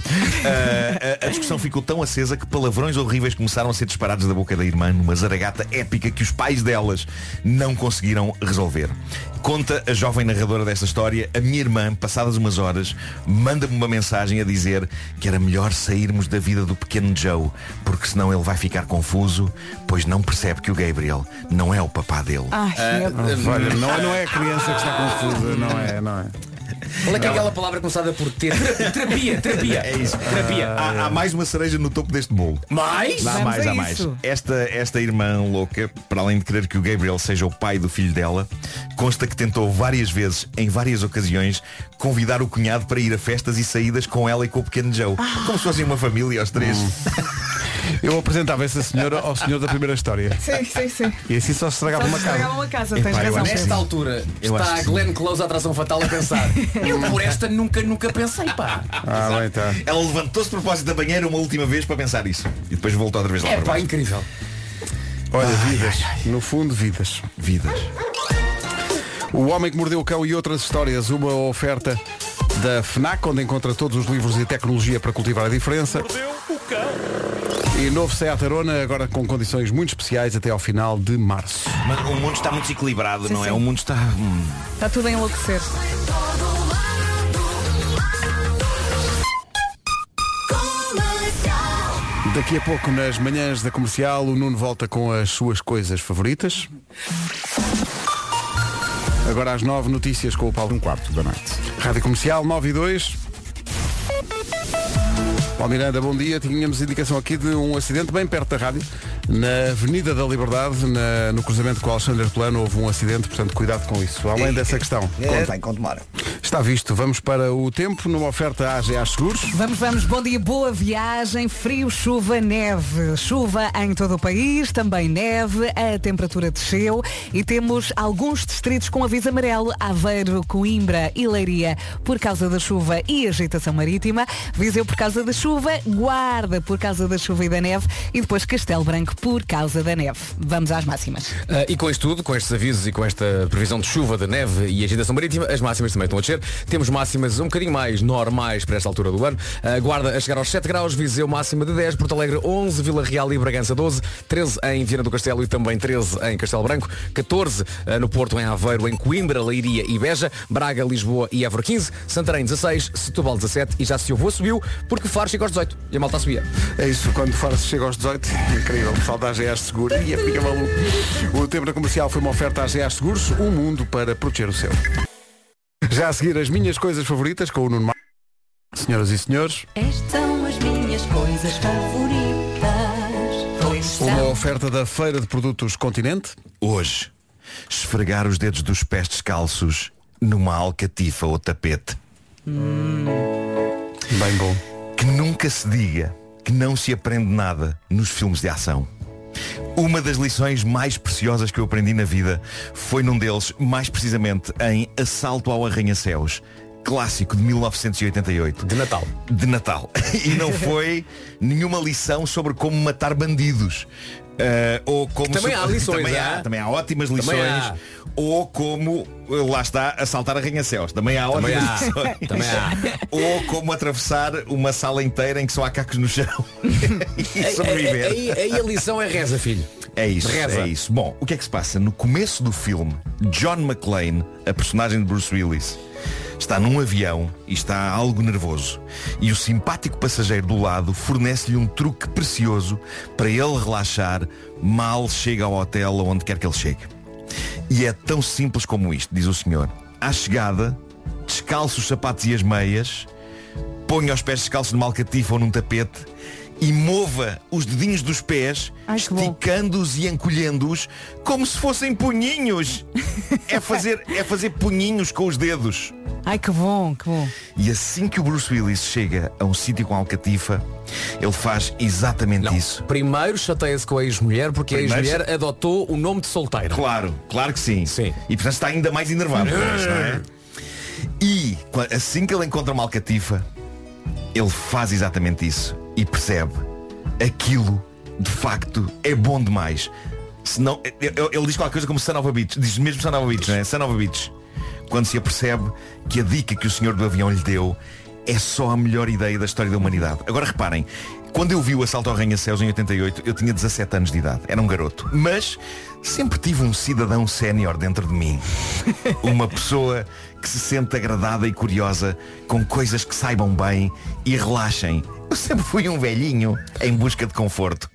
Eh, a, a discussão ficou tão acesa que palavrões horríveis começaram a ser disparados da boca da irmã numa zaragata épica que os pais delas não conseguiram resolver. Conta a jovem narradora desta história, a minha irmã, passadas umas horas, manda-me uma mensagem a dizer que era melhor sairmos da vida do pequeno Joe, porque senão ele vai ficar confuso, pois não percebe que o Gabriel não é o papá dele. Ai, meu- Olha, não, é- não é a criança que está confusa, não é, não é. Qual é que é aquela palavra começada por (laughs) T? Terapia, terapia. É isso. Terapia. Há, há mais uma cereja no topo deste bolo. Mais? Há Vamos mais, a há mais. isso. Esta, esta irmã louca, para além de querer que o Gabriel seja o pai do filho dela, consta que tentou várias vezes, em várias ocasiões, convidar o cunhado para ir a festas e saídas com ela e com o pequeno Joe. Como se fossem uma família, os três. Eu apresentava essa senhora ao senhor da primeira história. Sim, sim, sim. E assim só se estragava Só uma se estragava casa. uma casa, Epá, tens eu razão. acho que Pedro. sim. Nesta altura Eu acho está que a sim. Glenn Close à atração fatal a (laughs) pensar. Eu por esta nunca, nunca pensei, pá. Ah, bem, tá. Ela levantou-se de propósito da banheira uma última vez para pensar isso. E depois voltou outra vez lá É para pá, baixo. incrível. Olha, vidas. No fundo, vidas. Vidas. O Homem que Mordeu o Cão e outras histórias, uma oferta da FNAC, onde encontra todos os livros e tecnologia para cultivar a diferença. E novo Seat Arona, agora com condições muito especiais até ao final de março. Mas o mundo está muito desequilibrado, não é? sim. O mundo está. hum, Está Tá tudo a enlouquecer. Daqui a pouco, nas manhãs da comercial, o Nuno volta com as suas coisas favoritas. Agora às 9 notícias com o Paulo. Um quarto da noite. Rádio Comercial 9 e 2. Paulo Miranda, bom dia. Tínhamos indicação aqui de um acidente bem perto da rádio. Na Avenida da Liberdade, na- no cruzamento com o Alexandre Plano, houve um acidente, portanto cuidado com isso. Além dessa questão. Contem com demora. Está visto. Vamos para o tempo numa oferta à AGA Seguros. Vamos, vamos, bom dia, boa viagem, frio, chuva, neve. Chuva em todo o país, também neve, a temperatura desceu e temos alguns distritos com aviso amarelo, Aveiro, Coimbra e Leiria por causa da chuva e agitação marítima, Viseu por causa da chuva, Guarda por causa da chuva e da neve e depois Castelo Branco por causa da neve. Vamos às máximas. Ah, e com isto tudo, com estes avisos e com esta previsão de chuva, de neve e agitação marítima, as máximas também estão a descer. Temos máximas um bocadinho mais normais para esta altura do ano. Ah, Guarda a chegar aos 7 graus, Viseu máxima de 10, Porto Alegre 11, Vila Real e Bragança 12, 13 em Viana do Castelo e também 13 em Castelo Branco, 14 ah, no Porto, em Aveiro, em Coimbra, Leiria e Beja, Braga, Lisboa e Évora 15, Santarém 16, Setúbal 17 e já se houve subiu porque Faro chega aos 18 e a malta subia. É isso, quando fora se chega aos 18, incrível, o pessoal da AGS Seguros e fica maluco. O tempo da comercial foi uma oferta à AGS Seguros, um mundo para proteger o seu. Já a seguir as minhas coisas favoritas com o Nuno Mar... Senhoras e senhores, Estas são as minhas coisas favoritas. Pois uma Então. são. oferta da Feira de Produtos Continente. Hoje, esfregar os dedos dos pés descalços numa alcatifa ou tapete. Bem bom. Que nunca se diga que não se aprende nada nos filmes de ação. Uma das lições mais preciosas que eu aprendi na vida foi num deles, mais precisamente em Assalto ao Arranha-Céus, clássico de 1988. De Natal. de Natal. (laughs) E (laughs) não foi nenhuma lição sobre como matar bandidos. Ah, ou como Também (laughs) há lições, também há? há, também há ótimas lições há. ou como eh, lá está assaltar arranha-céus também há Também ótimas há. lições Também há. ou como atravessar uma sala inteira em que só há cacos no chão (laughs) e sobreviver Aí, aí a lição é reza, filho. é isso, Reza. é isso. Bom, o que é que se passa? No começo do filme, John McClane, a personagem de Bruce Willis, está num avião e está algo nervoso. E o simpático passageiro do lado fornece-lhe um truque precioso para ele relaxar mal chega ao hotel ou onde quer que ele chegue. E é tão simples como isto, diz o senhor. À chegada, descalça os sapatos e as meias, ponha os pés descalços numa alcatifa ou num tapete e mova os dedinhos dos pés, Ai, que bom. esticando-os e encolhendo-os como se fossem punhinhos. é, fazer, é fazer punhinhos com os dedos. Ai que bom, que bom. E assim que o Bruce Willis chega a um sítio com alcatifa, ele faz exatamente Não. isso. Primeiro chateia-se com a ex-mulher porque a Primeiro- ex-mulher adotou o nome de solteiro. Claro, claro que sim. Sim. E portanto está ainda mais enervado. com isso, não é? E qua- assim que ele encontra uma alcatifa, ele faz exatamente isso e percebe aquilo de facto é bom demais. Senão, e- e- ele diz qualquer coisa como Sanova Beach, diz mesmo Sanova Beach, não é? Sanova Beach. Quando se apercebe que a dica que o senhor do avião lhe deu é só a melhor ideia da história da humanidade. Agora reparem, quando eu vi o assalto ao Arranha-Céus em 88, eu tinha 17 anos de idade, era um garoto. Mas sempre tive um cidadão sénior dentro de mim. Uma pessoa que se sente agradada e curiosa com coisas que saibam bem e relaxem. Eu sempre fui um velhinho em busca de conforto.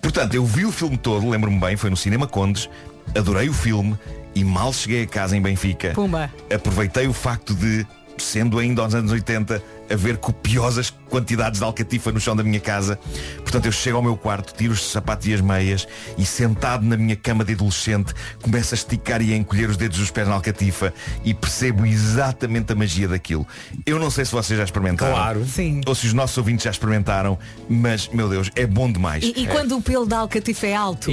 Portanto, eu vi o filme todo, lembro-me bem, foi no Cinema Condes, adorei o filme e mal cheguei a casa em Benfica. Pumba. Aproveitei o facto de, sendo ainda aos anos 80, haver copiosas quantidades de alcatifa no chão da minha casa. Portanto, eu chego ao meu quarto, tiro os sapatos e as meias e sentado na minha cama de adolescente, começo a esticar e a encolher os dedos dos pés na alcatifa e percebo exatamente a magia daquilo. Eu não sei se vocês já experimentaram. Claro. Sim. Ou se os nossos ouvintes já experimentaram, mas, meu Deus, é bom demais. E, e quando o pelo da Alcatifa é alto?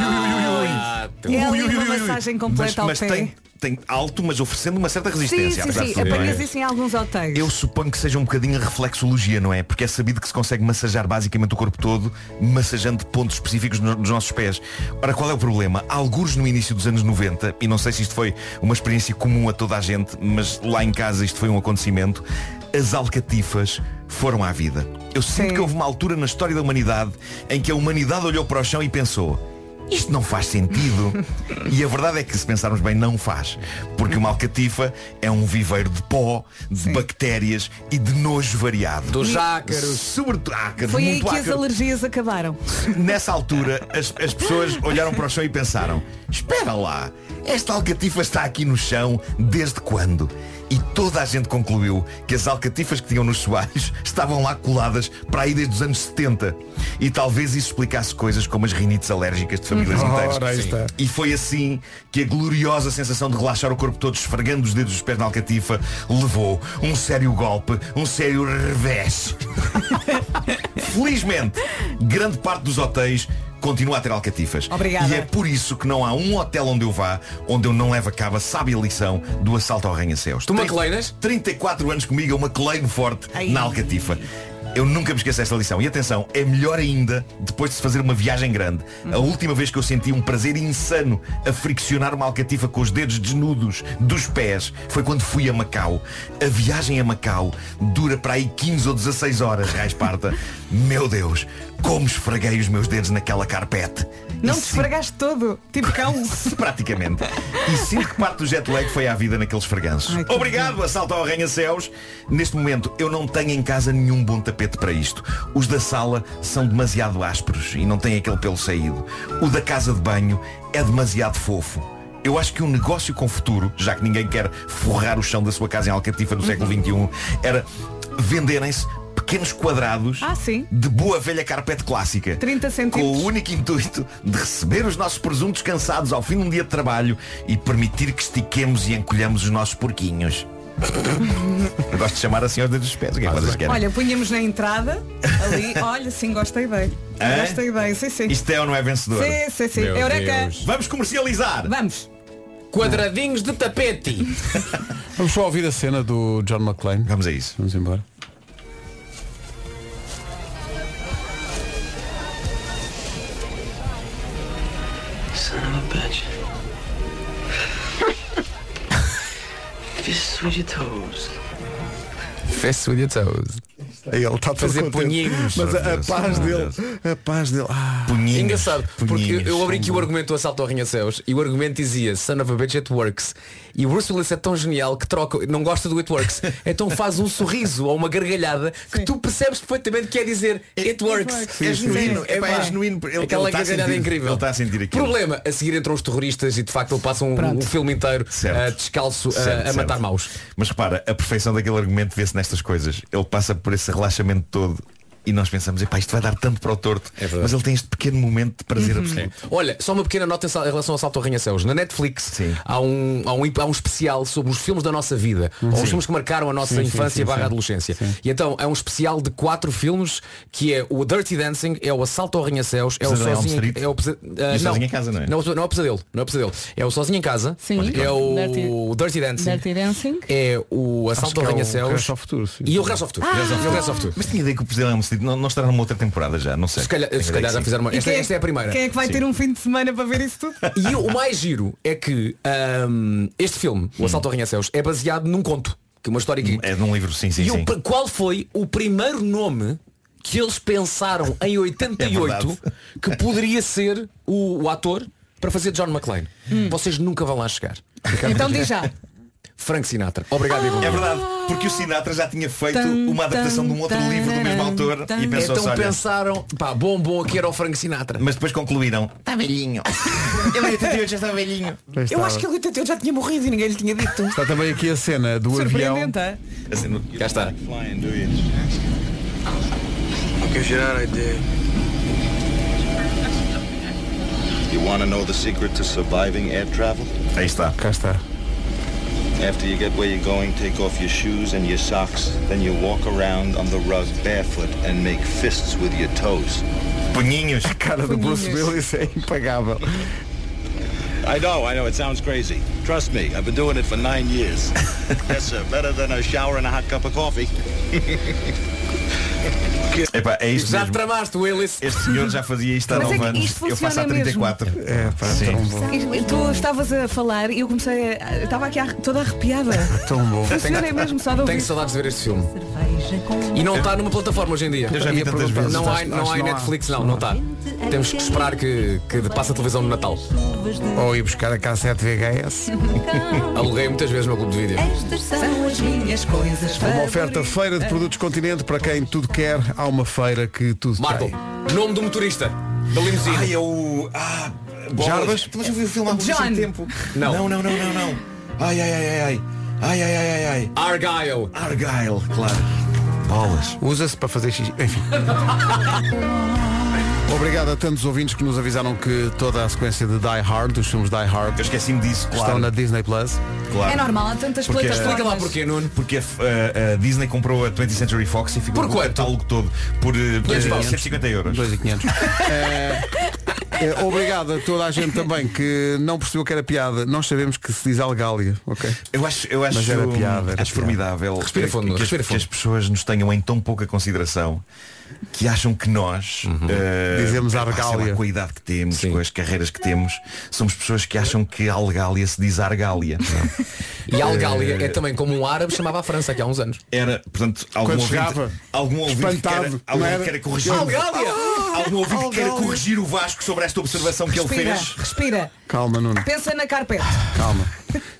Exato. É ali Ui, ui, uma ui, ui, ui. massagem completa mas, mas ao pé. tem, tem alto, mas oferecendo uma certa Sim, resistência. sim, apesar de sim. tudo, não é? Apanhas isso em alguns hotéis. Eu suponho que seja um bocadinho a reflexologia, não é? Porque é sabido que se consegue massajar basicamente o corpo todo, massageando pontos específicos no- nos nossos pés. Ora, qual é o problema? Alguns no início dos anos 90, e não sei se isto foi uma experiência comum a toda a gente, mas lá em casa isto foi um acontecimento, as alcatifas foram à vida. Eu sinto Sim. que houve uma altura na história da humanidade em que a humanidade olhou para o chão e pensou Isto não faz (laughs) sentido. e a verdade é que, se pensarmos bem, não faz. Porque uma alcatifa é um viveiro de pó, de bactérias e de nojo variado. Dos ácaros. Sobretudo ácaros. Foi aí muito que as ácaro. alergias acabaram. Nessa altura, as, as pessoas olharam para o chão e pensaram Espera lá, esta alcatifa está aqui no chão desde quando? E toda a gente concluiu que as alcatifas que tinham nos soalhos estavam lá coladas para aí desde os anos 70. E talvez isso explicasse coisas como as rinites alérgicas de famílias Uhum. Ora, inteiras. aí está. E foi assim que a gloriosa sensação de relaxar o corpo todo esfregando os dedos dos pés na alcatifa levou um sério golpe, um sério revés. Felizmente, grande parte dos hotéis continua a ter alcatifas. Obrigada. E é por isso que não há um hotel onde eu vá onde eu não levo a cabo a sábia lição do assalto ao arranha-céus. Tu maqueleiras? 34 anos comigo, eu maqueleino forte Ai. na Alcatifa. Eu nunca me esqueço desta lição. E atenção, é melhor ainda depois de se fazer uma viagem grande. A última vez que eu senti um prazer insano a friccionar uma alcatifa com os dedos desnudos dos pés foi quando fui a Macau. A viagem a Macau dura para aí 15 ou 16 horas, Raiz Parta. Meu Deus, como esfreguei os meus dedos naquela carpete. Assim, Não E te esfregaste todo, tipo (laughs) cão. Praticamente. E sinto que parte do jet lag foi à vida naqueles fraganços. Ai, que Obrigado, assalto ao arranha-céus. Neste momento, eu não tenho em casa nenhum bom tapete para isto. Os da sala são demasiado ásperos e não têm aquele pelo saído. O da casa de banho é demasiado fofo. Eu acho que um negócio com futuro, já que ninguém quer forrar o chão da sua casa em Alcatifa no Uhum. século XXI, era venderem-se pequenos quadrados Ah, sim. de boa velha carpete clássica. 30 Com centímetros. o único intuito de receber os nossos presuntos cansados ao fim de um dia de trabalho e permitir que estiquemos e encolhamos os nossos porquinhos. (laughs) Eu gosto de chamar assim aos dedos dos pés. O que é que vocês querem? Olha, punhamos na entrada, (laughs) ali, olha, sim, gostei bem. Hã? Gostei bem, sim, sim. Isto é ou não é vencedor? Sim, sim, sim. Meu Eureka! Deus. Vamos comercializar! Vamos! Quadradinhos de tapete. Vamos só ouvir a cena do John McClane. Vamos a isso. Vamos embora. Son of a bitch. Fish with your toes. Fast with your toes. Ele está todo Fazer contente. punhinhos. Mas a, a Meu Deus, paz meu dele, a paz dele. Ah, Punhinhos. Engraçado, porque punhinhos. um- eu abri aqui o argumento do assalto ao arranha-céus e o argumento dizia Son of a bitch it works e o Bruce Willis é tão genial que troca, não gosta do it (laughs) works então faz um sorriso ou uma gargalhada que tu percebes perfeitamente que é dizer it works É genuíno, é, pá, pá, é genuíno. Ele, aquela ele tá a gargalhada sentir- incrível Ele está a sentir aquilo. Problema, a seguir entram os terroristas e de facto ele passa um, um filme inteiro Certo. ah, descalço ah, Certo, a certo. matar maus Mas repara, a perfeição daquele argumento vê-se nestas coisas. Ele passa por esse relaxamento todo e nós pensamos, epá, isto vai dar tanto para o torto. É verdade. Uhum. mas ele tem este pequeno momento de prazer absoluto. Olha, só uma pequena nota em sal- em relação ao Salto ao Arranha-Céus. Na Netflix Sim. há um, há, um, há um especial sobre os filmes da nossa vida. Uhum. Ou os filmes que marcaram a nossa infância barra adolescência. E então é um especial de quatro filmes que é o Dirty Dancing, é o Assalto ao Arranha-Céus, é o Pesadelo em Elm Sozinho Street. é o pesa- ah, E o Sozinho em Casa, não é? Não, não é o Pesadelo. Não é o Pesadelo. É o Sozinho em Casa, Sim. é o Dirty- Dirty Dancing, Dirty Dancing. é o Acho Assalto que é ao o Arranha-Céus Regresso ao Futuro, sim. e o Regresso ao Futuro. Ah! E o Regresso ao Futuro. Mas tinha ideia que o Pesadelo é um Sleep não, não estará numa outra temporada já, não sei. Se calhar, Tenho se ideia calhar que já sim. fizeram uma. E Esta, quem é- esta é a primeira. Quem é que vai ter um fim de semana para ver isso tudo? E o mais giro é que ahm, este filme, O Assalto ao Arranha-Céus, é baseado num conto, que é uma história que... É de um livro, sim, sim, e o sim. pr- qual foi o primeiro nome que eles pensaram (laughs) em 88 É verdade. que poderia ser o, o ator para fazer John McClane? Vocês nunca vão lá chegar. Hum. (laughs) Então diz já. Ah. Frank Sinatra. Obrigado, Ivo. É verdade, porque o Sinatra já tinha feito Tan, uma adaptação tan, de um outro tan, livro do mesmo tan, autor tan. e pensou assim, Então olha, pensaram, pá, bom, bom, aqui era o Frank Sinatra. mas depois concluíram. Está velhinho. Ele é 88, já está velhinho. está, ele 88 já tinha morrido e ninguém lhe tinha dito. está também aqui a cena do avião. Surpreendente, é? hã? Assim, no- Cá está. Because you know what I did. You want to know the secret to surviving air travel? Aí está. Cá está. After you get where you're going, take off your shoes and your socks. Then you walk around on the rug barefoot and make fists with your toes. Punhinhos. Cara do Bruce Punhinhos. Willis é impagável. I know, I know, it sounds crazy. Trust me, I've been doing it for nine (laughs) years. yes, sir, better than a shower and a hot cup of coffee. Epá, é isto Já mesmo. tramaste o Willis. Este senhor já fazia isto há Mas é 9 que anos. isto Eu faço há funciona Eh, mesmo. 34. É, pá, Sim. tão bom. E Tu estavas a falar e eu comecei a. Estava aqui a- toda (laughs) arrepiada. Tão bom. Funciona mesmo, só de ouvir. Tenho saudades de ver este filme. E não está numa plataforma hoje em dia. Eu já vi Ia tantas perguntar. vezes. Não há, Acho- não acho há que não há. Netflix, não, não está. Temos que esperar que, que passe a televisão no Natal. Ou ir buscar a cassete VHS. (laughs) Aluguei muitas vezes no clube de vídeo. Estas são as minhas coisas Uma oferta feira de produtos continente para quem tudo quer. Há uma feira que tudo Marco, tem. nome do motorista da limusine. Ai, é o. Ah, bolas. Jarbas? Mas eu vi o filme há John. muito tempo. Não. não, não, não, não. não. Ai, ai, ai, ai, ai. Ai, ai, ai, ai, ai. Argyle. Argyle, claro. Bolas. Usa-se para fazer xixi. (laughs) Enfim. Obrigado a tantos ouvintes que nos avisaram que toda a sequência de Die Hard, os filmes Die Hard, Eu esqueci-me disso, estão claro. na Disney Plus. claro. É normal, há tantas Porque- plataformas. Explica lá porquê, Nuno. Porque a, F- a- a Disney comprou a 20th Century Fox e ficou Por com o quanto? catálogo todo por eh, paus. 150 (laughs) euros. 2,500. é, é, obrigado a toda a gente também que não percebeu que era piada. Nós sabemos que se diz Algália, ok? Eu acho, eu acho, Mas era piada, era acho piada. formidável Respira que- fundo, que, as- respira que fundo. as pessoas nos tenham em tão pouca consideração que acham que nós eh, Dizemos pá, sei lá, argália. com a idade que temos, Uhum. Sim. com as carreiras que temos, somos pessoas que acham que a Algália se diz Argália. E Algália é também como um árabe chamava a França aqui há uns anos. Era, portanto, algum Quando ouvinte, chegava, algum ouvinte que espantado, era, algum não era? que era corrigir, Algália! algum ouvinte que queira Algália. corrigir o Vasco sobre esta observação que ele Respira, fez. respira. Calma, Nuno. Pensa na carpete. Calma.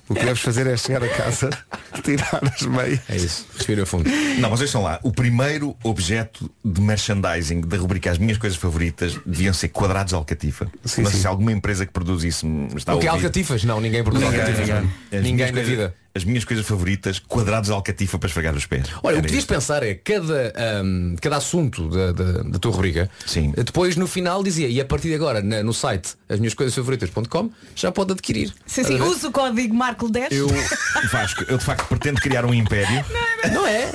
O que deves fazer é chegar a casa, (laughs) tirar as meias. É isso. Respira fundo. Não, mas vejam lá, o primeiro objeto de merchandising da rubrica As Minhas Coisas Favoritas deviam ser quadrados de alcatifa. Sim, mas sim. se alguma empresa que produz isso me está O que a é ouvir, alcatifas? Não, ninguém produz Ninguém, alcatifas. ninguém. É as Ninguém, ninguém minhas na coisas- vida. As minhas coisas favoritas, quadrados de alcatifa para esfregar os pés. Olha, o Era que devias isto. pensar é cada, ahm, cada assunto da, da, da tua rubrica, Sim. depois no final dizia, e a partir de agora na- no site as minhas coisas favoritas.com já pode adquirir. Sim, sim. Estás a ver? Usa o código Marco 10. Eu, Vasco, eu de facto pretendo criar um império. Não é?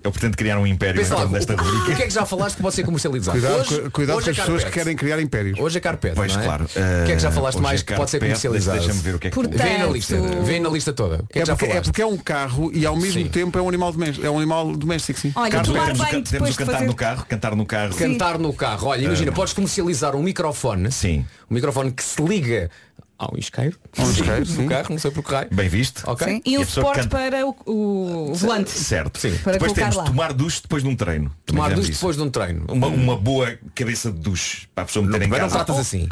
Eu pretendo criar um império em Pensa lá, torno o, desta o rubrica. que é que já falaste que pode ser comercializado? Cuidado, Hoje- cu- cuidado hoje com é as pessoas que carpete. querem criar impérios. Hoje é carpete. Pois não é? claro. o que é que já eh, falaste hoje mais é que pode ser carpete, comercializado? Deixa-me ver o que é que Portanto, Vem na lista, vem na lista toda. O que É é, que já porque, é falaste? porque é um carro e ao mesmo Sim. tempo é um animal doméstico. É um animal doméstico, sim. Olha, Temos o tomar can- banho temos depois o de cantar fazer. no carro, cantar no carro. Cantar no carro. Olha, imagina, podes comercializar um microfone. Sim. Um microfone que se liga ao isqueiro. Ao isqueiro, sim. No carro, não sei por que raio. Bem visto? Ok. Sim. E E o a pessoa suporte canta- para o, o volante. Certo. Sim. Para depois colocar temos lá. tomar duche depois de um treino. Também Tomar fizemos duche isso. depois de um treino. Uma, uma boa cabeça de duche para a pessoa meter em Mas não casa. tratas assim.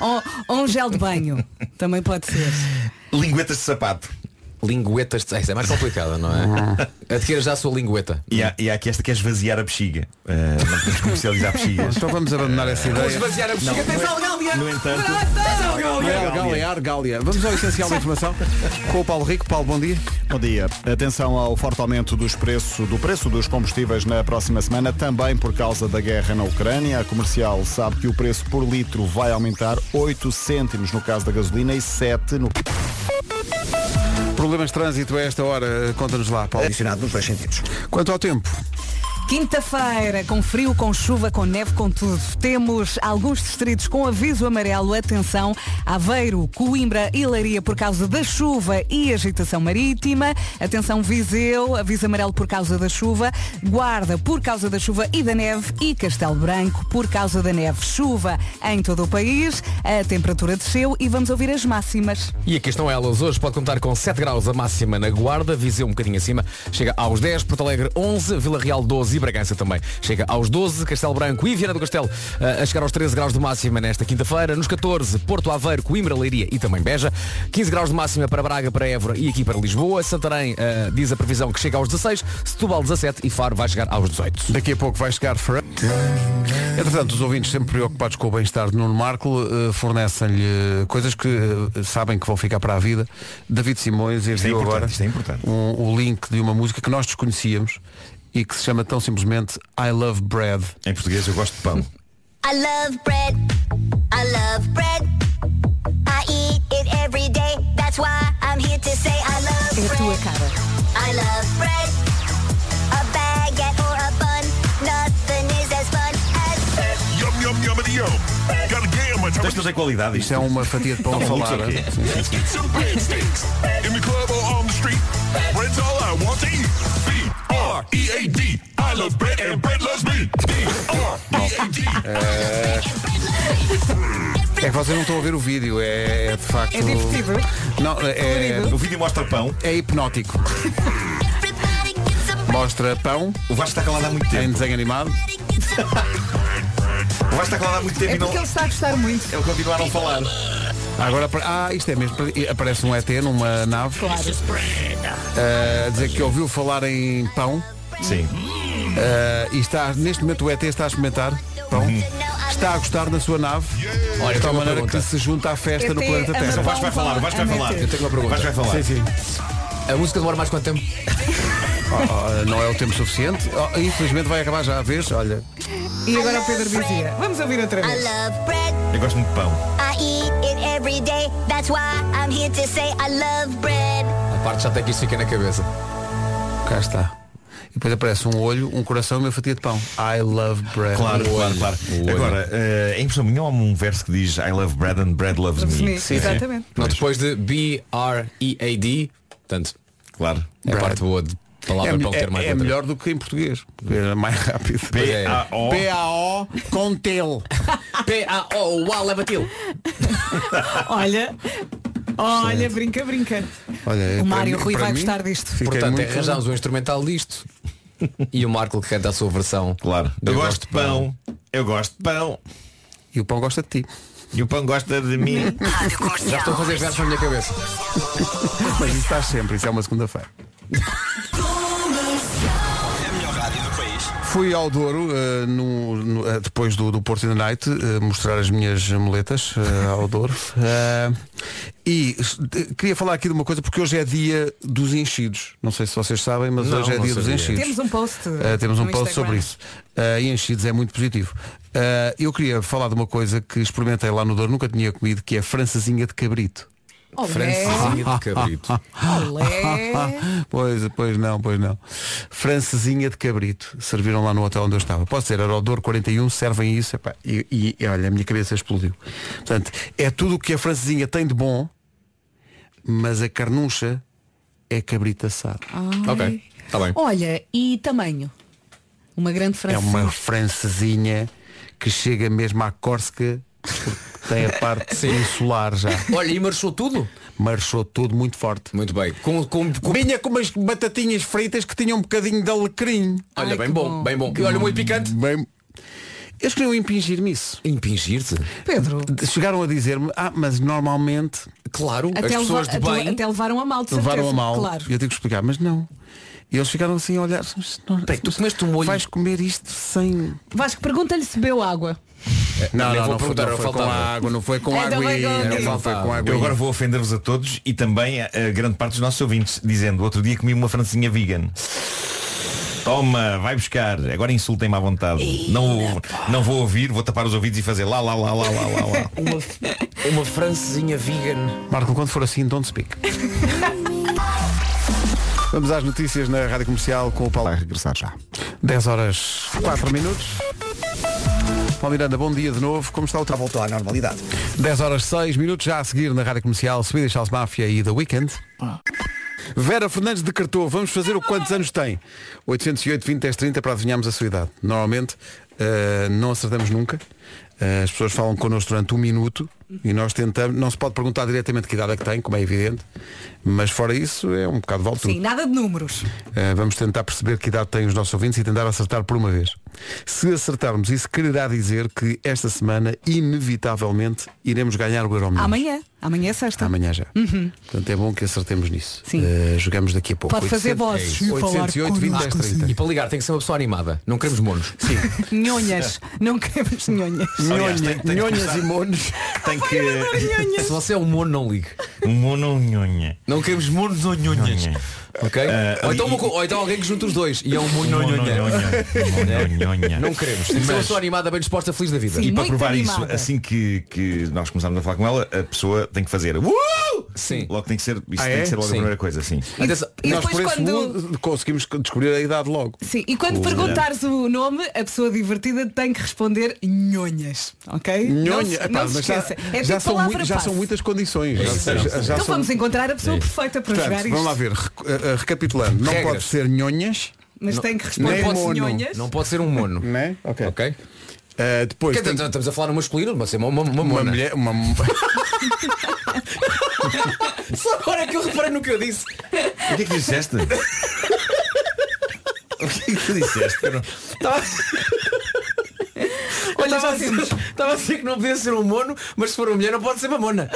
Ou, ou um gel de banho. Também pode ser. Linguetas de sapato. Linguetas. de- Essa é mais complicada, não é? Adquira já a sua lingueta. E há, e há aqui esta que é esvaziar a bexiga. Ah, não podemos comercializar (laughs) bexigas. Então vamos abandonar essa ideia. Esvaziar a bexiga. Tens algália. No entanto, Não é Argália, é Argália. Vamos ao essencial da informação com o Paulo Rico. Paulo, bom dia. Bom dia. Atenção ao forte aumento dos preço, do preço dos combustíveis na próxima semana, também por causa da guerra na Ucrânia. A comercial sabe que o preço por litro vai aumentar 8 cêntimos no caso da gasolina e 7 no Problemas de trânsito a esta hora. Conta-nos lá, Paulo. É. Adicionado nos dois sentidos. Quanto ao tempo, Quinta-feira, com frio, com chuva, com neve, com tudo. Temos alguns distritos com aviso amarelo. Atenção, Aveiro, Coimbra e Leiria por causa da chuva e agitação marítima. Atenção, Viseu, aviso amarelo por causa da chuva. Guarda por causa da chuva e da neve. E Castelo Branco por causa da neve. Chuva em todo o país. A temperatura desceu e vamos ouvir as máximas. E aqui estão elas. Hoje pode contar com 7 graus a máxima na Guarda, Viseu um bocadinho acima, chega aos 10, Porto Alegre 11, Vila Real 12 e Bragança também chega aos 12, Castelo Branco e Viana do Castelo eh, a chegar aos 13 graus de máxima nesta quinta-feira, nos 14, Porto Aveiro, Coimbra, Leiria e também Beja, 15 graus de máxima para Braga, para Évora e aqui para Lisboa, Santarém eh, diz a previsão que chega aos 16, Setúbal 17 e Faro vai chegar aos 18. daqui a pouco vai chegar Fran. Entretanto, os ouvintes sempre preocupados com o bem-estar de Nuno Marco eh, fornecem-lhe coisas que eh, sabem que vão ficar para a vida. David Simões é enviou importante, agora isto é importante. um- o link de uma música que nós desconhecíamos e que se chama tão simplesmente I Love Bread. em português eu gosto de pão. I love bread. I love bread. I eat it every day. That's why I'm here to say I love É a tua bread. cara. I love bread. A baguette or a bun. Nothing is as fun as bread. Então isto não é qualidade. Isto é uma fatia de pão Não, não, falada. isso é o quê? In the club or on the street, bread's all I want to eat. B R E A D. I I love bread and bread loves me. D-R-B-A-D. É que vocês não estão a ver o vídeo, é, é de facto. É divertido. Não, é, O vídeo mostra pão. É hipnótico. Mostra pão. O Vasco está calado há muito tempo. Em desenho animado. O Vasco está calado há muito tempo É porque ele está a gostar muito. Ele continua a não falar. Agora, apare- ah, isto é mesmo, aparece um ET numa nave Claro. ah, a dizer que ouviu falar em pão. eh, Sim. e está, neste momento o ET está a experimentar pão. Está a gostar da sua nave. Olha, de tenho tal uma maneira pergunta. que se junta à festa no ET planeta ama Terra. pão, Vasco vai falar, fala, Vasco vai ama falar. ET. É Eu tenho uma pergunta. Vasco vai falar. Sim, sim. A música demora mais quanto tempo? Ah, Oh, não é o tempo suficiente. Oh, infelizmente vai acabar já a vez, olha. E agora o Pedro dizia, vamos ouvir outra I vez. love bread. Eu gosto muito de pão. I eat it every day. That's why I'm here to say I love bread. A parte já até que isto fica na cabeça. Cá está. E depois aparece um olho, um coração e uma fatia de pão. I love bread. Claro, Um claro, olho. claro. Um olho. Agora, eh, em impressão minha há um verso que diz I love bread and bread loves Loves me. me, exatamente. Não, depois de B-R-E-A-D, portanto, claro. a parte boa de palavra É para melhor- ter mais é, é letra. melhor do que em português. porque Era mais rápido. P-A-O. P-A-O com tel. P-A-O, uau, leva-te-lo. Olha, olha, brinca, brinca. Olha, O Mário Rui vai gostar disto. Portanto, arranjámos um instrumental disto e o Marco que canta a sua versão. Claro. do Eu, gosto de pão. Eu gosto de pão. E o pão gosta de ti. E o pão gosta de mim. Já estou a fazer versos na minha cabeça. Mas isso está sempre, isso é uma segunda-feira. Fui ao Douro eh, no- no- eh, depois do, do Porto in the Night eh, mostrar as minhas moletas eh, ao (laughs) Douro Eh, e s- de- queria falar aqui de uma coisa porque hoje é dia dos enchidos não sei se vocês sabem mas Não, hoje é não dia dos sabia. enchidos Temos um post. Uh, temos um no post Instagram. sobre isso. Uh, e enchidos é muito positivo. Uh, eu queria falar de uma coisa que experimentei lá no Douro, nunca tinha comido, que é francesinha de cabrito. Olé, Francesinha de cabrito. olé. Ah, Pois, pois não, pois não. Francesinha de cabrito. Serviram lá no hotel onde eu estava. Posso dizer, era o Douro 41, servem isso. epá, e, e- e olha, a minha cabeça explodiu. Portanto, é tudo o que a francesinha tem de bom, mas a carnuncha é cabrito assado. Ok, está bem. Olha, e tamanho? Uma grande tá É uma francesa. francesinha que chega mesmo à Córsega porque tem a parte insular já. Olha, e marchou tudo? Marchou tudo muito forte. Muito bem. Com, com, com... Vinha com umas batatinhas fritas que tinham um bocadinho de alecrim. Olha, Ai, bem que bom, bom. bem bom. E olha, muito picante. Bem... Eles queriam impingir-me isso. Impingir-te? Pedro, Chegaram a dizer-me, ah, mas normalmente Claro, as até, pessoas de leva- até- bem. É até levaram a mal, de certeza. levaram a mal. Claro. E eu tive que explicar, mas não. E eles ficaram assim a olhar. "Mas não- Peraí, tu comeste um molho- Vais comer isto sem. Vasco, pergunta-lhe se bebeu água. Não, nem não, vou não foi, perguntar, não É, eu foi com faltava. água, não foi com Ainda água. bem que eu não disse. Não foi com água. Eu agora vou ofender-vos a todos e também a, a grande parte dos nossos ouvintes, dizendo outro dia comi uma francinha vegan. Toma, vai buscar. Agora insultem-me à vontade. Não, não vou ouvir, vou tapar os ouvidos e fazer lá, lá, lá, lá, lá, lá, lá. Uma francesinha vegan. Marco, quando for assim, don't speak. Vamos às notícias na Rádio Comercial com o Paulo. Vai regressar já. 10 horas 4 minutos. Paulo Miranda, bom dia de novo. Como está o Já trabalho? voltou à normalidade. 10 horas 6 minutos, já a seguir na Rádio Comercial, Swedish House Mafia e The Weekend. Vera Fernandes decretou, vamos fazer o quantos anos tem? 808, 20, 10, 30 para adivinharmos a sua idade. Normalmente eh, não acertamos nunca. Eh, as pessoas falam connosco durante um minuto e nós tentamos, não se pode perguntar diretamente que idade é que tem, como é evidente, mas fora isso é um bocado de altura. Sim, nada de números. Uh, vamos tentar perceber que idade têm os nossos ouvintes e tentar acertar por uma vez. Se acertarmos, isso quererá dizer que esta semana, inevitavelmente, iremos ganhar o Euro Amanhã. Amanhã é sexta. Amanhã já. Portanto, é bom que acertemos nisso. Sim. Uh, jogamos daqui a pouco. É Pode fazer vozes e falar 808, 20, 10, 30. E para ligar tem que ser uma pessoa animada. Não queremos monos. Nhonhas. Não queremos nhonhas. Aliás, tem- tem que Nhonhas começar- e monos. Tem que. Se você é um mono, não ligue. Mononhonha. Não queremos monos ou nhonhas. Ok? Ah, ou, ali- então uma co- ou então alguém que junta os dois e é um mono nhonha. Mononhonha. Não queremos. Tem que ser uma pessoa animada, bem disposta, feliz da vida. E Sim. para Muito provar animada. isso, assim que, que nós começarmos a falar com ela, a pessoa tem que fazer. Uh! Sim. Logo tem que ser. Isso Ah, tem é? que ser logo Sim. a primeira coisa, sim. E- Atenção, e Nós depois por esse quando- mundo, conseguimos descobrir a idade logo. Sim, e quando é. perguntares o nome, a pessoa divertida tem que responder nhonhas, ok? não se, Nhonha, não epá, se mas já, esqueça. já É tipo são, palavra mui- já passe. são muitas É condições. Já- já- já Então são- vamos encontrar a pessoa perfeita para jogar Portanto, isto. vamos lá ver, Recu- eh, eh, recapitulando, não Regras. pode ser nhonhas, Mas Não- tem que responder nem às mono. nhonhas. Não pode ser um mono. Não é? Ok. eh, depois Quer dizer, Estamos a falar no masculino, mas é uma, uma, uma, Uma mulher, uma... Só (laughs) agora é que eu reparei no que eu disse. O que é que (laughs) disseste? O que é que tu disseste? Eu não- Estava Olha, Estava já a assim- dizer- temos. estava a dizer que não podia ser um mono, mas se for uma mulher não pode ser uma mona.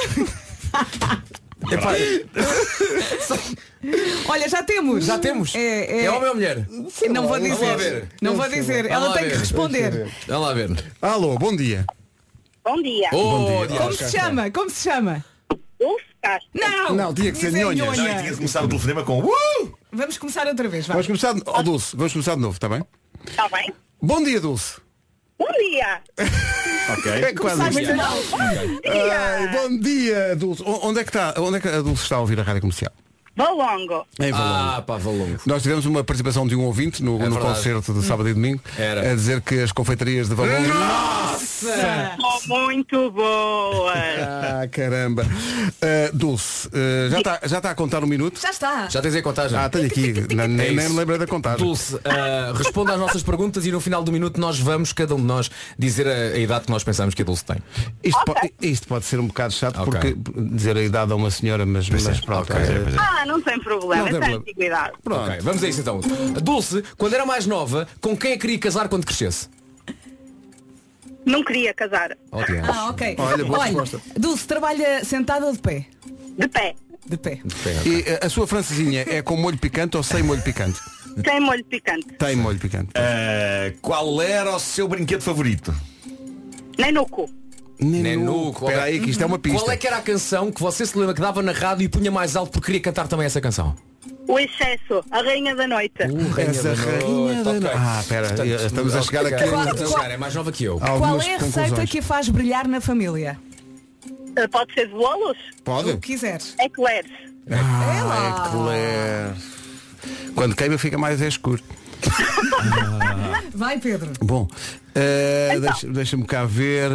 Epá, Olha, já temos. Hum, Já temos? É, É homem ou mulher? Sim, não vou dizer. Vamos lá ver. Não vou dizer. Vamos Ela lá tem que ver. responder. Vamos lá ver. (laughs) Alô, bom dia. Bom dia. Oh, Como se chama? Como se chama? Dulce Castro. Não! Não, tinha que ser Dizer nhonhas. nhonha. Não, tinha Tinha começado o telefonema com uh! Vamos começar outra vez, vá. Hum! Vamos começar, de- ó Dulce, vamos começar de novo, está bem? Está Tá bem? Bom dia, Dulce. Bom dia. É quase Começaste isto. mal. Ai, bom dia, Dulce. O- Onde é que está? Onde é que a Dulce está a ouvir a rádio comercial? Valongo. Em Valongo. Ah, pá, Valongo. Nós tivemos uma participação de um ouvinte no, no É verdade. concerto Hum. de sábado e domingo Era. a dizer que as confeitarias de Valongo. Oh, muito boa. (laughs) Ah, caramba. Uh, Dulce, uh, já está já tá a contar um minuto? Já está. Já tens aí a contagem? Ah, tenho aqui. Na- É nem, isso. nem me lembrei da contagem. Dulce, ah, responda às nossas perguntas e no final do minuto nós vamos, cada um de nós, dizer a, a idade que nós pensamos que a Dulce tem. Isto, po- isto pode ser um bocado chato Ok. é. porque dizer a idade a uma senhora, mas, mas pronto. Ok. eh, Ah, não tem problema. Não tem Essa problema. antiguidade. Pronto. Ok, vamos a isso então. Dulce, quando era mais nova, com quem é que queria casar quando crescesse? Não queria casar. Oh, Deus. Ah, ok. Olha, boa resposta. Dulce, trabalha sentada ou de pé? De pé. De pé. é. E eh, a sua francesinha é com molho picante ou sem molho picante? Sem molho picante. Tem molho picante. Ah, qual era o seu brinquedo favorito? Nem no cu. Nenuco, Espera aí que isto é uma pista. Qual é que era a canção que você se lembra que dava na rádio e punha mais alto porque queria cantar também essa canção? O excesso. A rainha da noite. Essa rainha da Ok. noite. Ah, espera, estamos a chegar aqui a- Claro, claro, é mais nova que eu. a Qual algumas é a receita conclusões. que a faz brilhar na família? Ah, Pode ser de bolos? Pode? O que quiseres. É Eclairs. Ah, é claro. Quando queima fica mais é escuro. Vai, Pedro. Bom, Então. eh, deixa- deixa-me cá ver.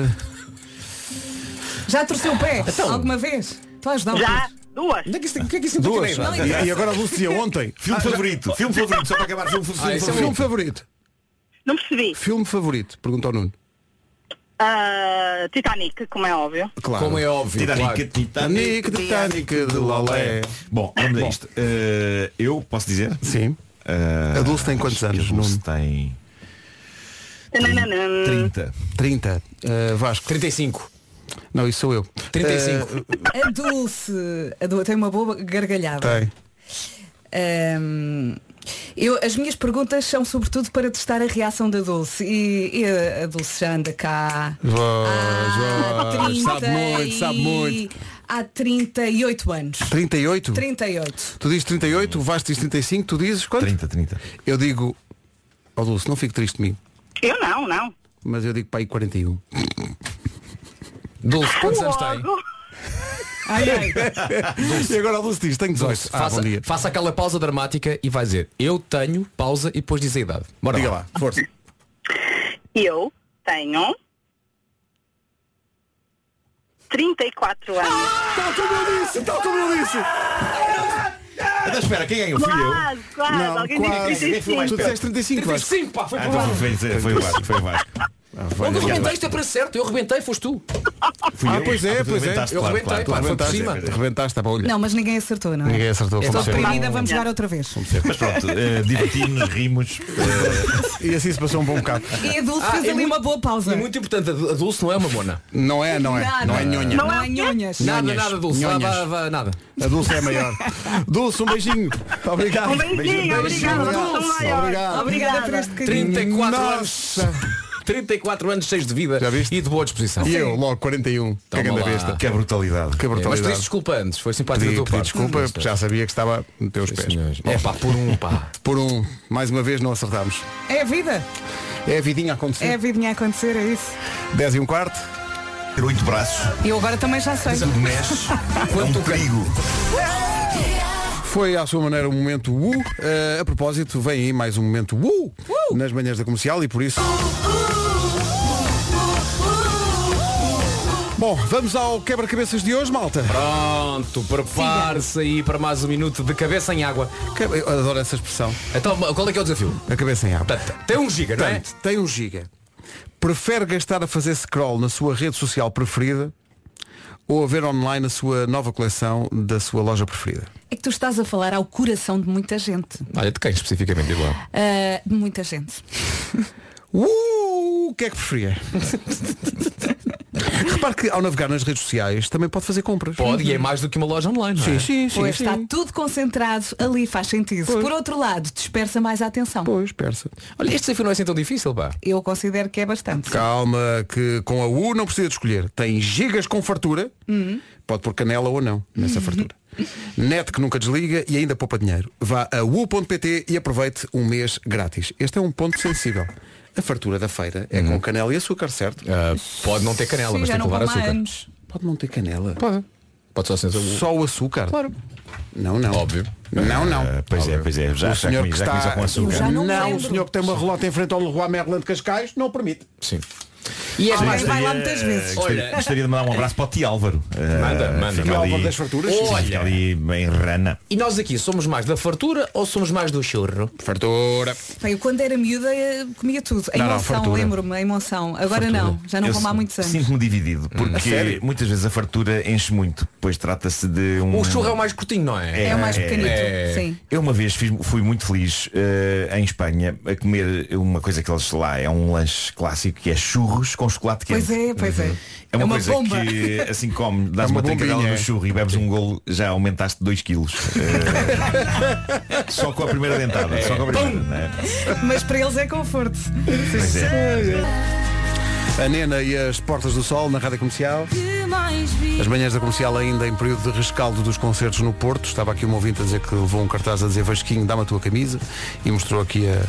Já torceu o pé Então. alguma vez? Tu a ajudar o Já. Pedro. Duas. Onde é que isso- O que é que isso implica Duas. na idade? E, e agora a Lucia ontem. Filme favorito. Filme favorito. Só para acabar. Filme, filme Ah, esse é favorito. Filme favorito. Não percebi. Filme favorito, pergunta ao Nuno. Ah, Titanic, como é óbvio. Claro. Como é óbvio. Titanic, claro. Titanic. Titanic, Titanic de Lolé. Bom, vamos a isto. Ah, eu posso dizer? Sim. Ah, A Dulce tem quantos acho que anos, A Dulce Nuno? tem Tananana. 30. 30. Eh, Vasco. 35. Não, isso sou eu. Eh, 35. A Dulce. A Dulce tem uma boa gargalhada. Eh, tem. Ahm, eu, as minhas perguntas são sobretudo para testar a reação da Dulce. E, e a a Dulce já anda cá. Vós, há Ah, vós, sabe 30 muito, sabe e- muito. Há 38 anos. 38? 38. Tu dizes 38, o Vasco diz 35, tu dizes quanto? 30, 30. Eu digo, ó Dulce, não fico triste comigo, Eu não, não. mas eu digo para aí 41. Dulce, quantos anos tem? Logo. Ai, ai. E agora a Dulce diz, tenho 18. Dulce, ah, faça, bom dia. faça aquela pausa dramática e vai dizer eu tenho, pausa e depois diz a idade. Bora Diga lá, força. (laughs) Eu tenho 34 anos. Tal como eu disse, tal como eu disse. Então espera, quem ganhou? Fui eu. quase, quase. Não, Alguém quase. disse 35. Tu disseste 35, Vasco. 35, pá, foi Ah, para então lá. foi, foi, foi o Vasco, foi o Vasco. Ah, Quando eu rebentei, isto é para certo, eu rebentei, foste tu. Fui Ah, eu. pois é, Ah, tu pois é. arrebentaste, Eu claro, arrebentei, claro, tu pá, foi por arrebentaste. cima. Rebentaste a bolha. Não, mas ninguém acertou, não é? tá Ninguém acertou, Estou como sempre. deprimida, vamos jogar outra vez. Mas pronto, eh, divertimos, rimos. eh, E assim se passou um bom bocado. E a Dulce Ah, fez é ali muito- uma boa pausa. E muito importante, a Dulce não é uma mona. Não é, não é. Não é nhonha. Não é nhonhas. Nada, Nhonhas, nada, Dulce. Vá, nhonhas. vá, vá, nada. A Dulce é a maior. Dulce, um beijinho. Obrigado. Um beijinho, obrigada, Então vocês são maiores. Obrigado. Obrigada por este carinho. 34 Nossa. anos. (laughs) 34 anos cheios de vida Já viste? e de boa disposição. E eu, logo 41. Toma Cagando a lá. besta. Que a brutalidade. Que É, mas brutalidade. pediste desculpa antes, foi simpático Pedi, da tua pedi parte. é desculpa, porque já sabia que estava nos teus pés. Senhores, É pá, por um pá. Por um, mais uma vez não acertámos. É a vida. É a vidinha a acontecer. É a vidinha a acontecer, é isso. 10 e um quarto. Ter oito braços, E eu agora também já sei. tudo mexe. É um perigo. Foi à sua maneira um momento U. a propósito, vem aí mais um momento U nas manhãs da comercial e por isso. Bom, Bom, vamos ao quebra-cabeças de hoje, malta. Pronto, prepare-se aí para mais um minuto de cabeça em água. Eu adoro essa expressão. Então, qual é que é o desafio? A cabeça em água. Tem um giga, não é? Portanto, tem um giga. Prefere gastar a fazer scroll na sua rede social preferida ou a ver online a sua nova coleção da sua loja preferida? É que tu estás a falar ao coração de muita gente. Olha, de quem especificamente igual? Ah, de muita gente. Uh, o que é que preferia? (laughs) Repare que ao navegar nas redes sociais também pode fazer compras. Pode, e é mais do que uma loja online, não Sim, é? sim, sim. pois sim. está tudo concentrado ali, faz sentido. Pois. Por outro lado, dispersa mais a atenção. Pois, persa. Olha, este desafio não é assim tão difícil, pá. Eu considero que é bastante. Calma, que com a U não precisa de escolher. Tem gigas com fartura. Hum. Pode pôr canela ou não nessa fartura. Net que nunca desliga e ainda poupa dinheiro. Vá a u.pt e aproveite um mês grátis. Este é um ponto sensível. A fartura da feira é com canela e açúcar, certo? Ah, pode não ter canela, Sim, mas já tem que não levar vão há açúcar. anos. Pode não ter canela. Pode só ser Só o açúcar? Claro. Não, não. Óbvio. Não, não. Ah, pois é, pois é. Já, o já senhor comi- que já comi está... só com açúcar. não, o senhor que tem uma relota em frente ao Leroy Merlin de Cascais não permite. Sim. Ah, E é Sim, mais, vai lá gostaria- muitas vezes. Gostaria, Olha. gostaria de mandar um abraço para o tio Álvaro. Ah, Manda, manda. fica Tio ali- Álvaro das farturas? Sim, Olha. Fica ali bem rana. E nós aqui somos mais da fartura ou somos mais do churro? Fartura. Bem, eu quando era miúda eh, comia tudo. Em Não, não, Monção, fartura. lembro-me, em Monção. Agora não, já não Eu como há si- muitos anos. Sinto-me dividido, Hum. A porque sério? muitas vezes a fartura enche muito, pois trata-se de um. O churro é o mais curtinho, não é? É o mais pequenito, sim. Eu uma vez fiz- fui muito feliz eh, em Espanha a comer uma coisa que eles lá é um lanche clássico que é churros com chocolate quente. Pois é, pois é. É É uma, uma coisa bomba. que assim (laughs) como dás É uma uma, trincadela bombinha, no é. churro e bebes um golo, já aumentaste 2 quilos. Eh, (laughs) só com a primeira dentada. Só com a primeira, né? Mas para eles é conforto. Pois é. A Nena e as Portas do Sol na Rádio Comercial. Que mais vi? As manhãs da comercial ainda em período de rescaldo dos concertos no Porto. Estava aqui um ouvinte a dizer que levou um cartaz a dizer Vasquinho, dá-me a tua camisa. E mostrou aqui a.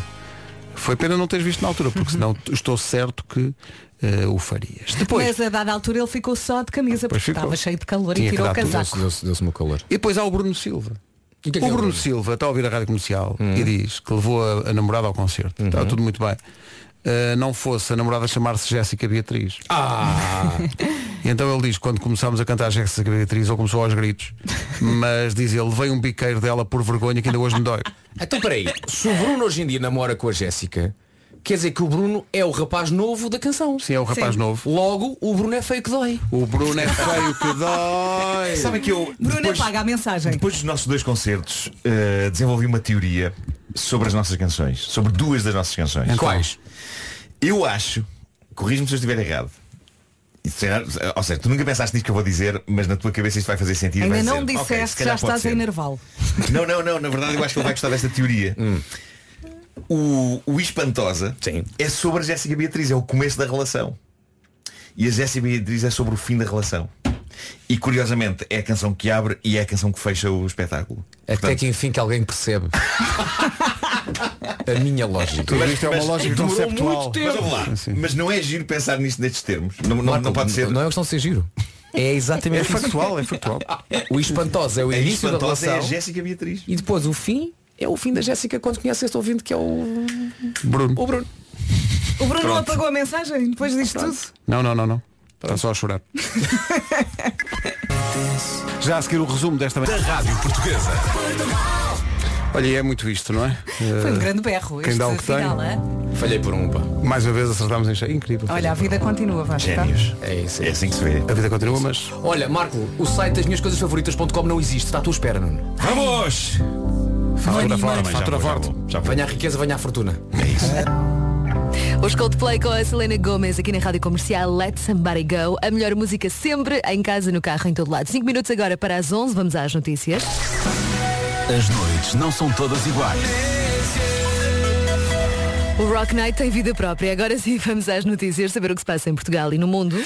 Foi pena não teres visto na altura, porque senão t- estou certo que eh, o farias. Depois. Mas a dada altura ele ficou só de camisa Pois porque ficou. estava cheio de calor Tinha e que tirou dar o tudo. casaco. Deu-se meu calor. E depois há o Bruno Silva. E que o Uhum. é que é o Bruno Bruno? Silva está a ouvir a rádio comercial e diz que levou a, a namorada ao concerto. Está Uhum. tudo muito bem. Eh, não fosse a namorada chamar-se Jéssica Beatriz. Ah! (laughs) E Então ele diz, quando começámos a cantar Jéssica Beatriz, ou começou aos gritos, mas diz ele, veio um biqueiro dela por vergonha que ainda hoje me dói. Então peraí, se o Bruno hoje em dia namora com a Jéssica, quer dizer que o Bruno é o rapaz novo da canção. Sim, é o rapaz Sim. novo. Logo, o Bruno é feio que dói. O Bruno é feio que dói. Sabe que eu Bruno depois- apaga a mensagem. Depois dos nossos dois concertos, eh, desenvolvi uma teoria sobre as nossas canções. Sobre duas das nossas canções. Então. Quais? Eu acho, corrijo-me se eu estiver errado. E será- Ou seja, tu nunca pensaste nisto que eu vou dizer, mas na tua cabeça isto vai fazer sentido. Ainda vais não dizer, "Ok, se disseste, já calhar pode estás a ser." enervá-lo. Não, não, não, na verdade eu acho que ele vai gostar desta teoria. O, o Espantosa é sobre a Jéssica Beatriz, é o começo da relação. E a Jéssica Beatriz é sobre o fim da relação. E curiosamente é a canção que abre e é a canção que fecha o espetáculo. Até É que enfim que alguém percebe. a minha lógica. Tudo isto é uma lógica demorou conceptual. muito tempo. Mas, vamos lá. Mas não é giro pensar nisto nestes termos. Não, não- Marco, não pode ser. Não é questão de ser giro. É exatamente É isso. factual, é factual. O espantoso é o A início da espantosa relação. é a Jéssica Beatriz. E depois o fim é o fim da Jéssica quando conhece este ouvinte que é o, Bruno. o Bruno. O Bruno Pronto. apagou a mensagem depois disto tudo. Não, não, não, não. Tá Está só (laughs) a chorar. Já a seguir o resumo desta manhã. Rádio Portuguesa. Olha, e é muito isto, não é? Foi um Eh, grande berro quem este dá o que tem. final, é? Falhei por um, pá. Eh, mais uma vez acertámos em cheio. Incrível. Olha, a vida continua, Vasco. tá? Génios. É isso. É assim que se vê. A vida continua, mas. um Olha, Marco, o site das minhas coisas favoritas.com não existe, está à tua espera, Nuno. Vamos! Fatura forte, Também já fatura vou, já forte. vou, já É vou. Venha a riqueza, venha a fortuna. Os Coldplay com a Selena Gomez aqui na Rádio Comercial Let Somebody Go. A melhor música sempre, em casa, no carro, em todo lado. 5 minutos agora para as 11, vamos às notícias. As noites não são todas iguais. O Rock Night tem vida própria. Agora sim, vamos às notícias, saber o que se passa em Portugal e no mundo.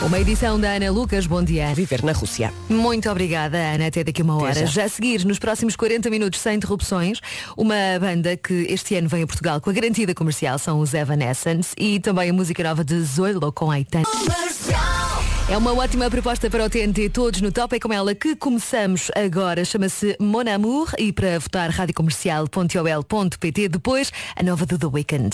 Uma edição da Ana Lucas, bom dia. Viver na Rússia. Muito obrigada, Ana. Até daqui a uma hora. Já já. a seguir, nos próximos 40 minutos, sem interrupções, uma banda que este ano vem a Portugal com a garantida comercial são os Evanescence e também a música nova de Zoilo com Aitan. É uma ótima proposta para o TNT Todos no Top. É com ela que começamos agora. Chama-se Mon Amour e para votar radiocomercial.ol.pt depois a nova do The Weeknd.